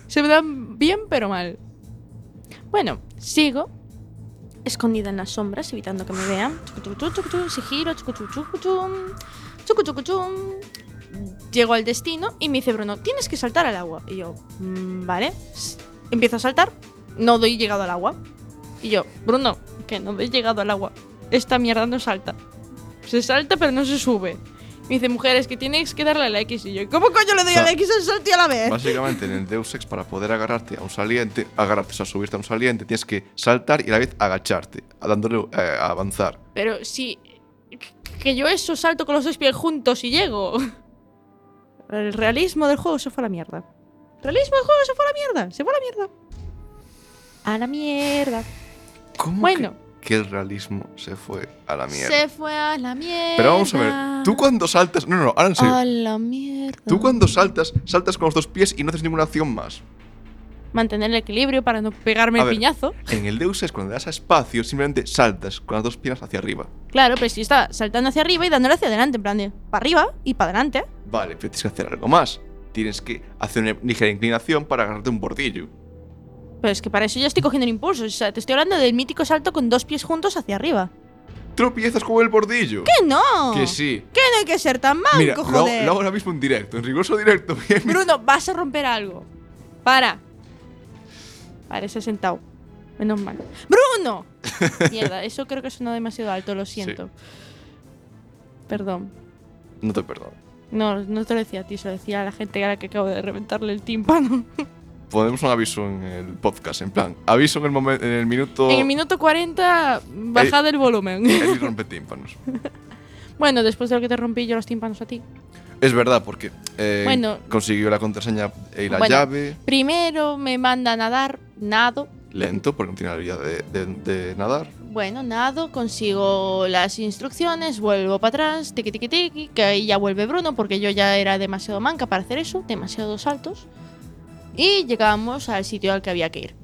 se me dan bien, pero mal. Bueno, sigo. Escondida en las sombras, evitando que me vean. Chucutucutu, chucutu, Sigilo, chucutucutum, chucutucutum. Llego al destino y me dice Bruno, tienes que saltar al agua. Y yo, "Mm, vale. S- Empiezo a saltar, no doy llegado al agua. Y yo, Bruno, que no doy llegado al agua. Esta mierda no salta. Se salta pero no se sube. Me dice, mujer, es que tienes que darle a la X. Y yo, ¿cómo coño le doy a la X al salto y a la [LAUGHS] B? Básicamente, en el Deus Ex, para poder agarrarte a un saliente, agarrarte, o sea, subirte a un saliente, tienes que saltar y a la vez agacharte, a dándole eh, a avanzar. Pero si. Que yo eso salto con los dos pies juntos y llego. El realismo del juego se fue a la mierda. El realismo del juego se fue a la mierda. Se fue a la mierda. A la mierda. ¿Cómo Bueno. que, que el realismo se fue a la mierda? Se fue a la mierda. Pero vamos a ver, tú cuando saltas. No, no, no, ahora en serio. A la mierda. Tú cuando saltas, saltas con los dos pies y no haces ninguna acción más. mantener el equilibrio para no pegarme A el ver. piñazo. En el Deus es cuando das a espacio, simplemente saltas con las dos piernas hacia arriba. Claro, pero si está saltando hacia arriba y dándole hacia adelante, en plan de para arriba y para adelante. Vale, pero tienes que hacer algo más. Tienes que hacer una ligera inclinación para agarrarte un bordillo. Pero es que para eso ya estoy cogiendo el impulso. O sea, te estoy hablando del mítico salto con dos pies juntos hacia arriba. Tropiezas con el bordillo. ¡Que no! Que sí. ¡Que no hay que ser tan manco, Mira, lo, hago- joder! lo hago ahora mismo en directo, en riguroso directo. [LAUGHS] Bien. Bruno, vas a romper algo. Para. Para, se ha sentado. Menos mal. [LAUGHS] ¡Bruno! Mierda, eso creo que sonó demasiado alto, lo siento. Perdón. No te perdono. No, no te lo decía a ti, se lo decía a la gente a la que acabo de reventarle el tímpano. Ponemos un aviso en el podcast, en plan, aviso en el, momento, en el minuto... En el [LAUGHS] minuto 40, Eh. bajad el volumen. [LAUGHS] Eli rompe tímpanos. bueno, después de lo que te rompí yo los tímpanos a ti. Es verdad, porque eh, Bueno. consiguió la contraseña y la Bueno. llave. Primero me manda a nadar, nado. Lento, porque no tiene la habilidad de, de- de nadar. Bueno, nado, consigo las instrucciones, vuelvo para atrás, tiqui tiqui tiqui, que ahí ya vuelve Bruno porque yo ya era demasiado manca para hacer eso, demasiados saltos. Y llegamos al sitio al que había que ir.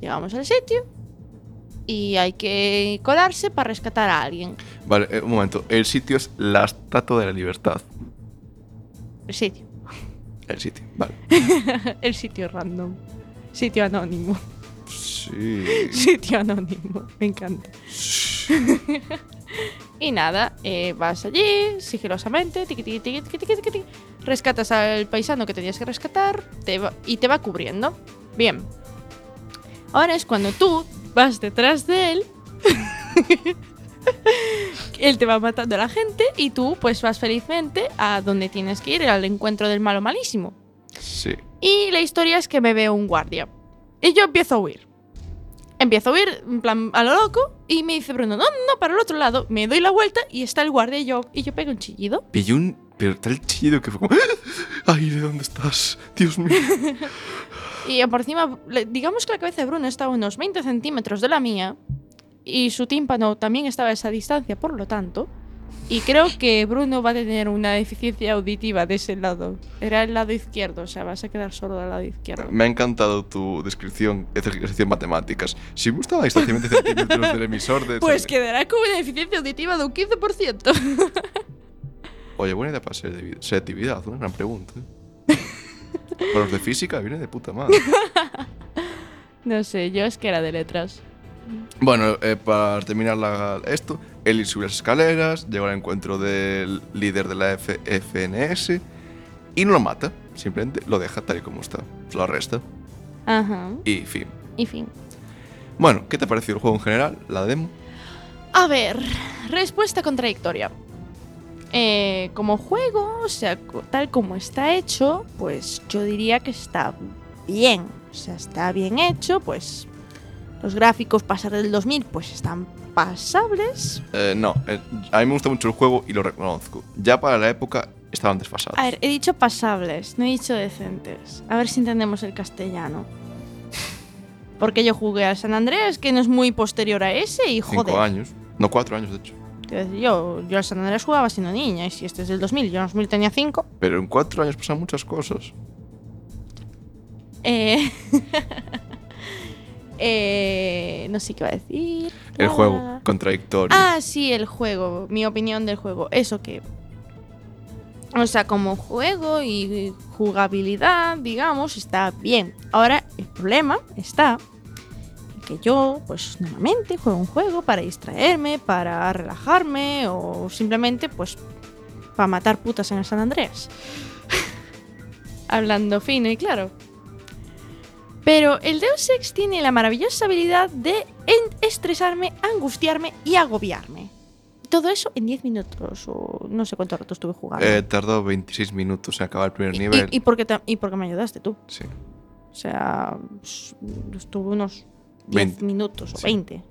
Llegamos al sitio y hay que colarse para rescatar a alguien. Vale, eh, un momento. El sitio es la Estatua de la Libertad. El sitio. El sitio, vale. [LAUGHS] El sitio random. Sitio anónimo. [LAUGHS] Sí. Sitio anónimo. Me encanta. Y nada, eh, vas allí, sigilosamente, tiqui, tiqui, tiqui, tiqui, tiqui, tiqui, tiqui, rescatas al paisano que tenías que rescatar te va- y te va cubriendo. Bien. Ahora es cuando tú vas detrás de él. [LAUGHS] él te va matando a la gente y tú pues vas felizmente a donde tienes que ir, al encuentro del malo malísimo. Sí. Y la historia es que me veo un guardia. Y yo empiezo a huir. Empiezo a huir, en plan, a lo loco. Y me dice Bruno, no, no, para el otro lado. Me doy la vuelta y está el guardia y yo, y yo pego un chillido. Pillé un... Pero tal chido que fue como... "¡Ah! ¡Ay, ¿de dónde estás? Dios mío. Y por encima, le- digamos que la cabeza de Bruno estaba a unos 20 centímetros de la mía. Y su tímpano también estaba a esa distancia, por lo tanto. Y creo que Bruno va a tener una deficiencia auditiva de ese lado. Era el lado izquierdo, o sea, vas a quedar solo del lado izquierdo. Me ha encantado tu descripción, ejercicio en matemáticas. Si me gustaba distanciamiento de centímetros del emisor de... Pues quedará con una deficiencia auditiva de un 15%. Oye, buena idea para ser selectividad, una gran pregunta. ¿eh? para los de física viene de puta madre. No sé, yo es que era de letras. Bueno, eh, para terminar la- esto, Eli sube las escaleras, llega al encuentro del líder de la F- FNS y no lo mata, simplemente lo deja tal y como está, lo arresta Ajá. y fin. Y fin. Bueno, ¿qué te ha parecido el juego en general? ¿La demo? A ver, respuesta contradictoria. Eh, como juego, o sea, co- tal como está hecho, pues yo diría que está bien. O sea, está bien hecho, pues los gráficos pasar del 2000 pues están pasables. Eh, no, eh, a mí me gusta mucho el juego y lo reconozco. Ya para la época estaban desfasados. A ver, he dicho pasables, no he dicho decentes. A ver si entendemos el castellano. [LAUGHS] Porque yo jugué al San Andrés, que no es muy posterior a ese, y Cinco joder. años, no cuatro años de hecho. Te voy a decir, yo, yo al San Andrés jugaba siendo niña, y si este es del 2000, yo en 2000 tenía 5. Pero en cuatro años pasan muchas cosas. Eh, [LAUGHS] eh, no sé qué va a decir. El La, la, juego la. contradictorio. Ah, sí, el juego. Mi opinión del juego. Eso que. O sea, como juego y jugabilidad, digamos, está bien. Ahora, el problema está en que yo, pues normalmente juego un juego para distraerme, para relajarme o simplemente, pues, para matar putas en el San Andrés. [LAUGHS] Hablando fino y claro. Pero el Deus Ex tiene la maravillosa habilidad de en- estresarme, angustiarme y agobiarme. Todo eso en 10 minutos o no sé cuánto rato estuve jugando. Eh, tardó 26 minutos en acabar el primer Y- nivel. y, y porque te- y porque me ayudaste tú. Sí. O sea, s- estuve unos 10 Veinte. minutos o Sí. 20.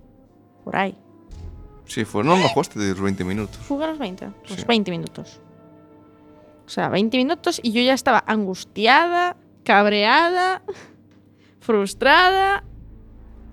Por ahí. Sí, fue. No, no jugaste de los 20 minutos. Jugué los 20. Pues Sí. 20 minutos. O sea, 20 minutos y yo ya estaba angustiada, cabreada, [LAUGHS] frustrada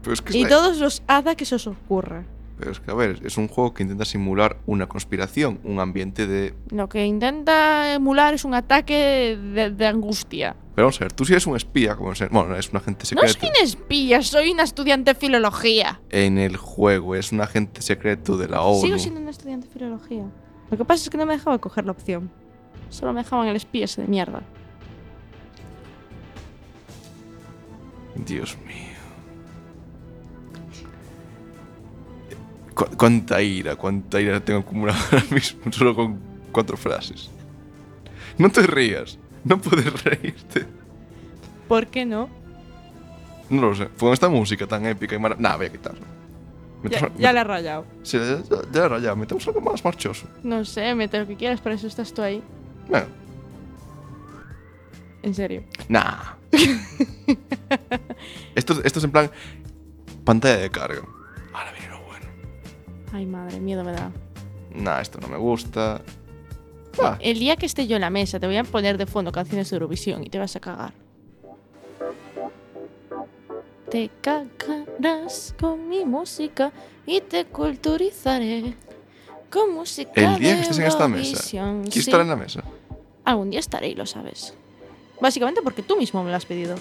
Pero es que y está- todos los hada que se os ocurra. Pero es que, a ver, es un juego que intenta simular una conspiración, un ambiente de... Lo que intenta emular es un ataque de, de angustia. Pero vamos a ver, tú si eres un espía, como ser... Bueno, es un agente No secreto. es quien espía, soy una estudiante de filología. En el juego, es un agente secreto de la ONU. Sigo siendo una estudiante de filología. Lo que pasa es que no me dejaba coger la opción. Solo me dejaban el espía ese de mierda. Dios mío. Cu- cuánta ira, cuánta ira tengo acumulada ahora mismo [LAUGHS] solo con cuatro frases. No te rías, no puedes reírte. ¿Por qué no? No lo sé, con esta música tan épica y maravillosa. Nah, voy a quitarlo. Ya, Metamos- ya la he rayado. Sí, ya, ya, ya, era, ya, metemos algo más marchoso. No sé, mete lo que quieras, para eso estás tú ahí. Venga. En serio. [LAUGHS] Nah. esto, esto es en plan pantalla de carga. Ahora viene lo bueno. Ay, madre, miedo me da. Nah, esto no me gusta. Ah, El día que esté yo en la mesa, te voy a poner de fondo canciones de Eurovisión y te vas a cagar. Te cagarás con mi música y te culturizaré con música. el día de que estés en esta mesa, Eurovisión, ¿quién sí. estará en la mesa? Algún día estaré y lo sabes. Básicamente porque tú mismo me lo has pedido.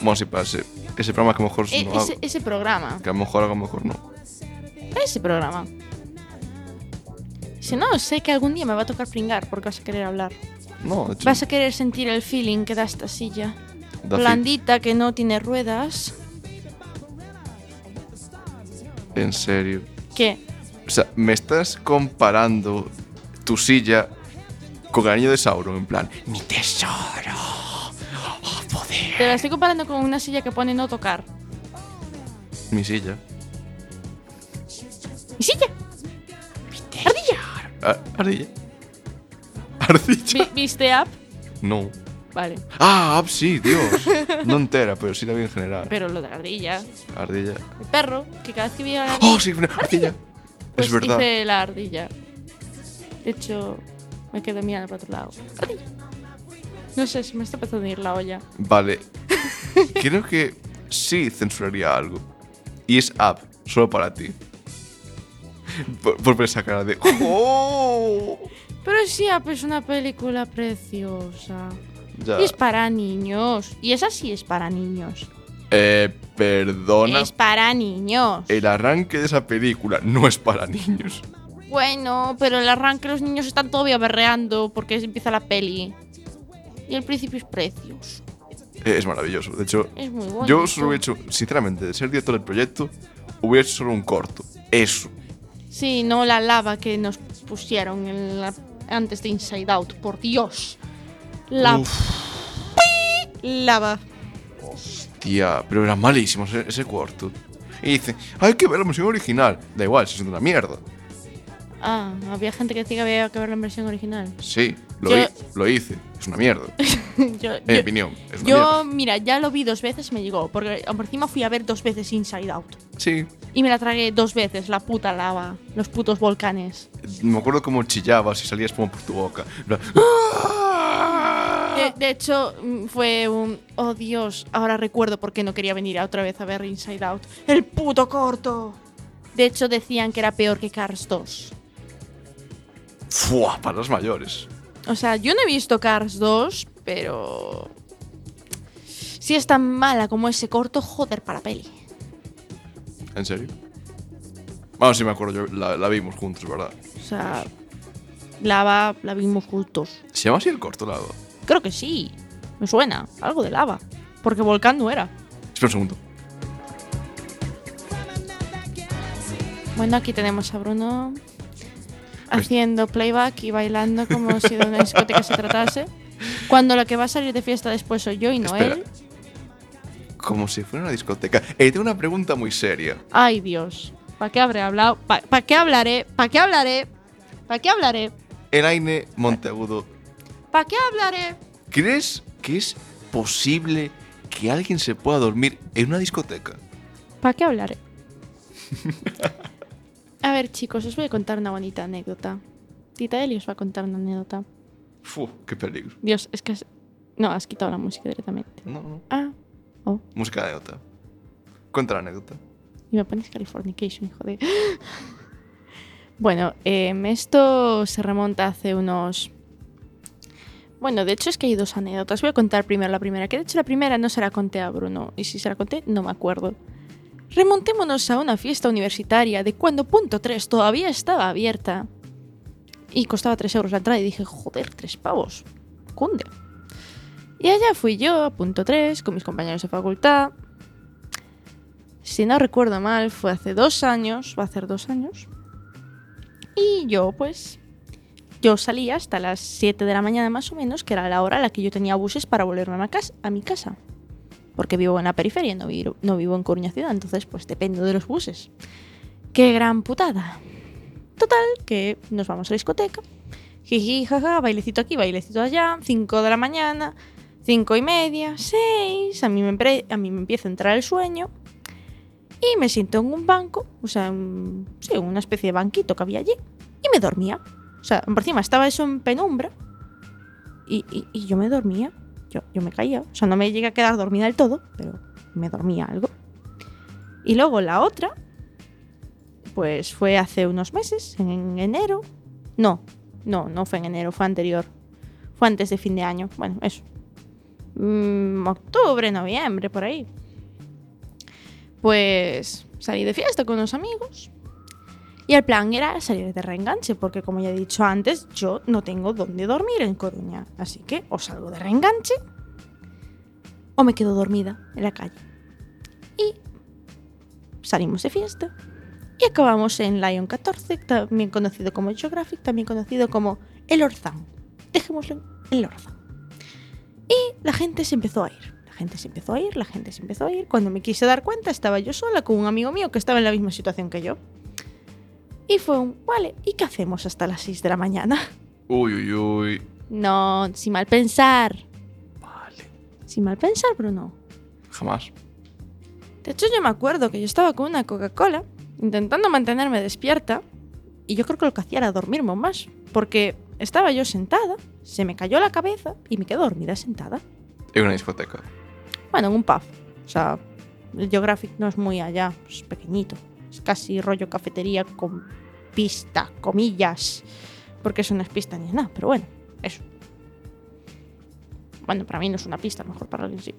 Bueno, sí, para ese, ese programa que a lo mejor E- Pues no ese, hago, ese programa. que a lo mejor hago, a lo mejor no. Ese programa. Si no, sé que algún día me va a tocar pringar porque vas a querer hablar. No, de hecho, Vas a querer sentir el feeling que da esta silla. da fi- blandita que no tiene ruedas. en serio. ¿Qué? O sea, me estás comparando tu silla con el anillo de Sauron, en plan, mi tesoro, oh poder. Te la estoy comparando con una silla que pone no tocar. Mi silla. ¡Mi silla! [LAUGHS] ¡Ardilla! Ah, ¿Ardilla? ¿Ardilla? Vi- ¿Viste app? No. Vale, Ah, ah, sí, Dios. No entera, pero sí la vi en general. pero lo de la ardilla. Ardilla. El perro, que cada vez que veía la ardilla, Oh, sí, una ardilla. pues Es verdad. hice la ardilla. De hecho, me quedé mirando para otro lado. ¡Ardilla! No sé, se me está empezando a ir la olla. Vale. [LAUGHS] Creo que sí censuraría algo. Y es app, solo para ti. Por, por ver esa cara de. [LAUGHS] ¡Oh! Pero sí, app es una película preciosa. Ya. Y es para niños. Y esa sí es para niños. Eh, perdona. Es para niños. El arranque de esa película no es para niños. Bueno, pero el arranque los niños están todavía berreando porque empieza la peli. Y el principio es precioso. Eh, Es maravilloso. De hecho, Es muy bueno. yo solo he hecho, sinceramente, de ser director del proyecto, hubiera hecho solo un corto. Eso. Sí, no la lava que nos pusieron en la- antes de Inside Out, por Dios. La Uf, lava. tía, pero era malísimo ese, ese corto. Y dice, hay que ver la versión original. Da igual, si es una mierda. Ah, había gente que decía que había que ver la versión original. [LAUGHS] Sí, lo, Yo- hi- lo hice. Es una [LAUGHS] mierda. yo, En mi yo- opinión. Es una yo, mierda. mira, ya lo vi dos veces, me llegó. Porque por encima fui a ver dos veces Inside Out. Sí. Y me la tragué dos veces, la puta lava, los putos volcanes. Me acuerdo cómo chillabas y salías como por tu boca. En plan, ¡Ah! De, de hecho, mm, fue un. Oh Dios, ahora recuerdo por qué no quería venir a otra vez a ver Inside Out. ¡El puto corto! De hecho, decían que era peor que Cars 2. Fua, para los mayores. O sea, yo no he visto Cars 2, pero. Si es tan mala como ese corto, joder para peli. ¿En serio? Vamos, sí me acuerdo, yo la, la vimos juntos, ¿verdad? O sea. Lava, la vimos juntos. ¿Se llama así el corto lado? Creo que sí. Me suena. Algo de lava. Porque Volcán no era. Espera un segundo. Bueno, aquí tenemos a Bruno haciendo playback y bailando como si de una discoteca se tratase. Cuando lo que va a salir de fiesta después soy yo y no Espera. él. Como si fuera una discoteca. Eh, tengo una pregunta muy seria. Ay, Dios. ¿Para qué habré hablado? ¿Para qué hablaré? ¿Para qué hablaré? ¿Para qué hablaré? Elaine Monteagudo, ¿Para qué hablaré? ¿crees que es posible que alguien se pueda dormir en una discoteca? ¿Para qué hablaré? A ver, chicos, os voy a contar una bonita anécdota. Tita Eli os va a contar una anécdota. Fu, qué peligro. Dios, es que has- No, has quitado la música directamente. No, no. Ah, Música de anécdota. Cuenta la anécdota. y me pones Californication, hijo de... Bueno, em, esto se remonta hace unos... Bueno, de hecho es que hay dos anécdotas. Voy a contar primero la primera, que de hecho la primera no se la conté a Bruno, y si se la conté no me acuerdo. Remontémonos a una fiesta universitaria de cuando Punto 3 todavía estaba abierta. Y costaba 3 euros la entrada y dije, joder, 3 pavos. Cunde. Y allá fui yo, a Punto 3, con mis compañeros de facultad. Si no recuerdo mal, fue hace dos años, va a hacer dos años. Y yo, pues, yo salía hasta las 7 de la mañana más o menos, que era la hora a la que yo tenía buses para volverme a, ma- cas- a mi casa. Porque vivo en la periferia, no vivo, no vivo en Coruña Ciudad, entonces pues dependo de los buses. ¡Qué gran putada! Total, que nos vamos a la discoteca. Jiji, jaja, bailecito aquí, bailecito allá. 5 de la mañana, 5 y media, 6. A mí me, empre- a mí me empieza a entrar el sueño. Y me siento en un banco, o sea, un- sí, una especie de banquito que había allí. Y me dormía. O sea, por encima estaba eso en penumbra. Y, y- y yo me dormía. Yo, yo me caía. O sea, no me llegué a quedar dormida del todo, pero me dormía algo. Y luego la otra, pues fue hace unos meses, en enero. No, no, no fue en enero, fue anterior. Fue antes de fin de año. Bueno, eso. Mm, octubre, noviembre, por ahí. Pues salí de fiesta con unos amigos. Y el plan era salir de reenganche, porque como ya he dicho antes, yo no tengo dónde dormir en Coruña. Así que o salgo de reenganche o me quedo dormida en la calle. Y salimos de fiesta y acabamos en Lion 14, también conocido como Geographic, también conocido como El Orzán. Dejémoslo en El Orzán. Y la gente se empezó a ir. La gente se empezó a ir, la gente se empezó a ir. Cuando me quise dar cuenta, estaba yo sola con un amigo mío que estaba en la misma situación que yo. Y fue un, vale, ¿y qué hacemos hasta las 6 de la mañana? Uy, uy, uy. No, sin mal pensar. Vale. Sin mal pensar, Bruno. Jamás. De hecho, yo me acuerdo que yo estaba con una Coca-Cola, intentando mantenerme despierta, y yo creo que lo que hacía era dormirme más, porque estaba yo sentada, se me cayó la cabeza y me quedé dormida sentada. En una discoteca. Bueno, en un pub. O sea, el Geographic no es muy allá, es pequeñito. Es casi rollo cafetería con pista, comillas. Porque eso no es pista ni es nada, pero bueno, eso. Bueno, para mí no es una pista, a lo mejor para alguien sí.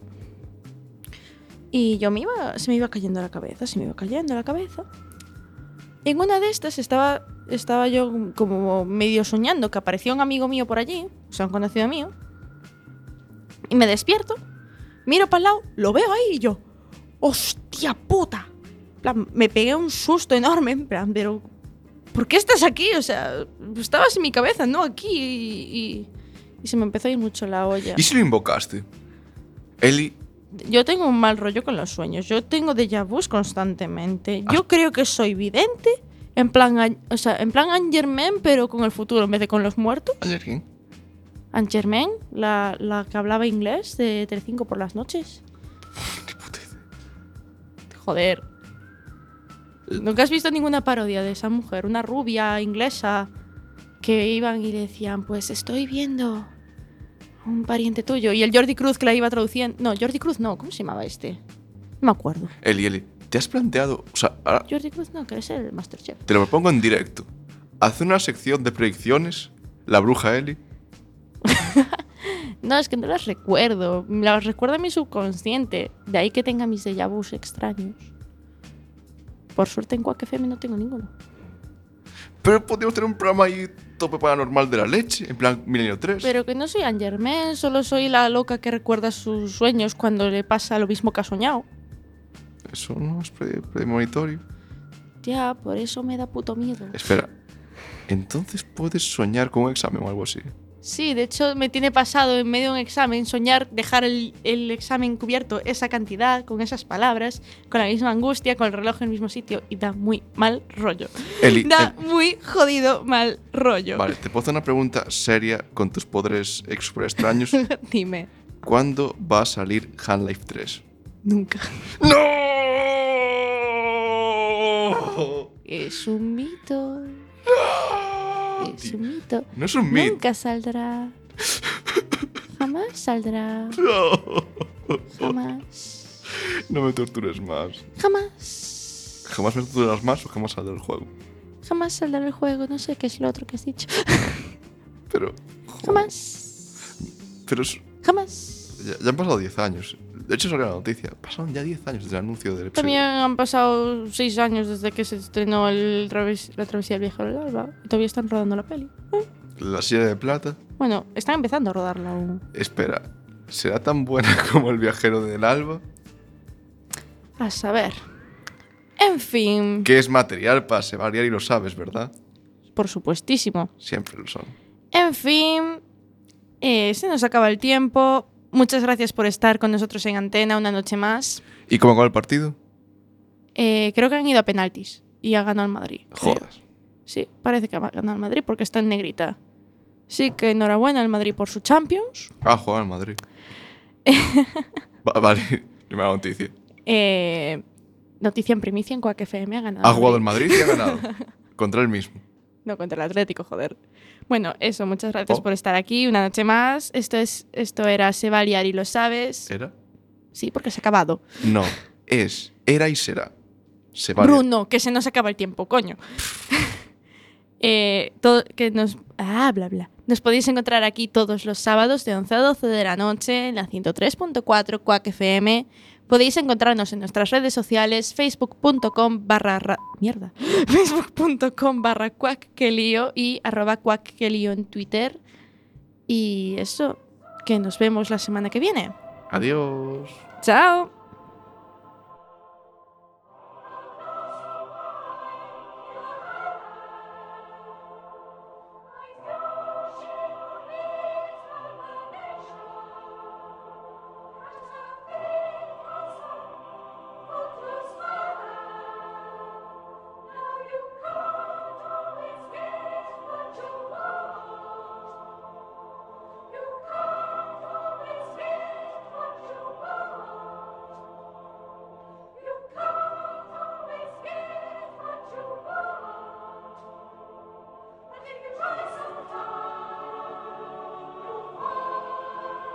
Y yo me iba, se me iba cayendo la cabeza, se me iba cayendo la cabeza. Y en una de estas estaba, estaba yo como medio soñando que apareció un amigo mío por allí, o sea, un conocido mío. Y me despierto Miro para el lado, lo veo ahí y yo, ¡hostia puta! En plan, me pegué un susto enorme, en plan, pero ¿por qué estás aquí? O sea, estabas en mi cabeza, no aquí. Y, y- y se me empezó a ir mucho la olla. ¿Y si lo invocaste? Eli, Yo tengo un mal rollo con los sueños, yo tengo déjà vu constantemente. Yo creo que soy vidente, en plan, An- o sea, en plan Anne Germain, pero con el futuro en vez de con los muertos. ¿alguien? Anne Germain, la, la que hablaba inglés de Telecinco por las noches. Joder. ¿Nunca has visto ninguna parodia de esa mujer? Una rubia inglesa que iban y le decían, pues estoy viendo a un pariente tuyo. Y el Jordi Cruz que la iba traduciendo... No, Jordi Cruz no, ¿cómo se llamaba este? No me acuerdo. Eli, Eli, ¿te has planteado? O sea, ahora Jordi Cruz no, que es el Masterchef. te lo propongo en directo. Haz una sección de predicciones, la bruja Eli. No, es que no las recuerdo. Las recuerda mi subconsciente. De ahí que tenga mis déjà vus extraños. Por suerte en Quack FM no tengo ninguno. Pero podríamos tener un programa ahí tope paranormal de la leche, en plan Milenio 3. Pero que no soy Anne Germain, solo soy la loca que recuerda sus sueños cuando le pasa lo mismo que ha soñado. Eso no es pre- premonitorio. Ya, por eso me da puto miedo. Espera. Entonces puedes soñar con un examen o algo así. Sí, de hecho me tiene pasado en medio de un examen soñar dejar el, el examen cubierto esa cantidad, con esas palabras, con la misma angustia, con el reloj en el mismo sitio y da muy mal rollo. Eli, em- Da Eli, muy jodido mal rollo. eh. vale, te puedo hacer una pregunta seria con tus poderes ex- super extraños. [LAUGHS] Dime, ¿Cuándo va a salir Half-Life 3? nunca. ¡No! Es un mito. Es un mito. No es un mito. Nunca saldrá. Jamás saldrá. No. Jamás. No me tortures más. Jamás. Jamás me torturas más o jamás saldrá el juego. Jamás saldrá el juego, no sé qué es lo otro que has dicho. Pero, Jamás. pero es- Jamás. ya, ya han pasado 10 años. De hecho, salió la noticia. Pasaron ya 10 años desde el anuncio del También episodio. han pasado seis años desde que se estrenó el traves- La Travesía del Viejo del Alba. Y todavía están rodando la peli. Ah, La silla de plata. Bueno, están empezando a rodarla aún. Espera, ¿será tan buena [LAUGHS] como el viajero del alba? A saber. En fin, Que es material para se variar y lo sabes, ¿verdad? por supuestísimo. Siempre lo son. En fin, eh, se nos acaba el tiempo. Muchas gracias por estar con nosotros en antena una noche más. ¿Y cómo acaba el partido? Eh, creo que han ido a penaltis y ha ganado el Madrid. creo. Jodas. Sí, parece que ha ganado el Madrid porque está en negrita. Sí, que enhorabuena al Madrid por su Champions. Ah, jugar en Madrid. Va- vale, primera noticia. Eh, noticia en primicia en Cuac FM ha ganado. Ha jugado el Madrid y ha ganado. Contra el mismo. No, contra el Atlético, joder. Bueno, eso, muchas gracias Oh. por estar aquí una noche más. Esto, es, esto era Se va a liar y lo sabes. ¿Era? Sí, porque se ha acabado. No, es, era y será. Se va a liar. Bruno, que se nos acaba el tiempo, coño. Eh, todo, que nos. Ah, bla, bla. Nos podéis encontrar aquí todos los sábados de 11 a 12 de la noche en la 103.4 Quack FM. Podéis encontrarnos en nuestras redes sociales, facebook.com barra. ra- Mierda. [LAUGHS] facebook.com barra Quack que lío y arroba Quack que lío en Twitter. Y eso, que nos vemos la semana que viene. Adiós. ¡Chao!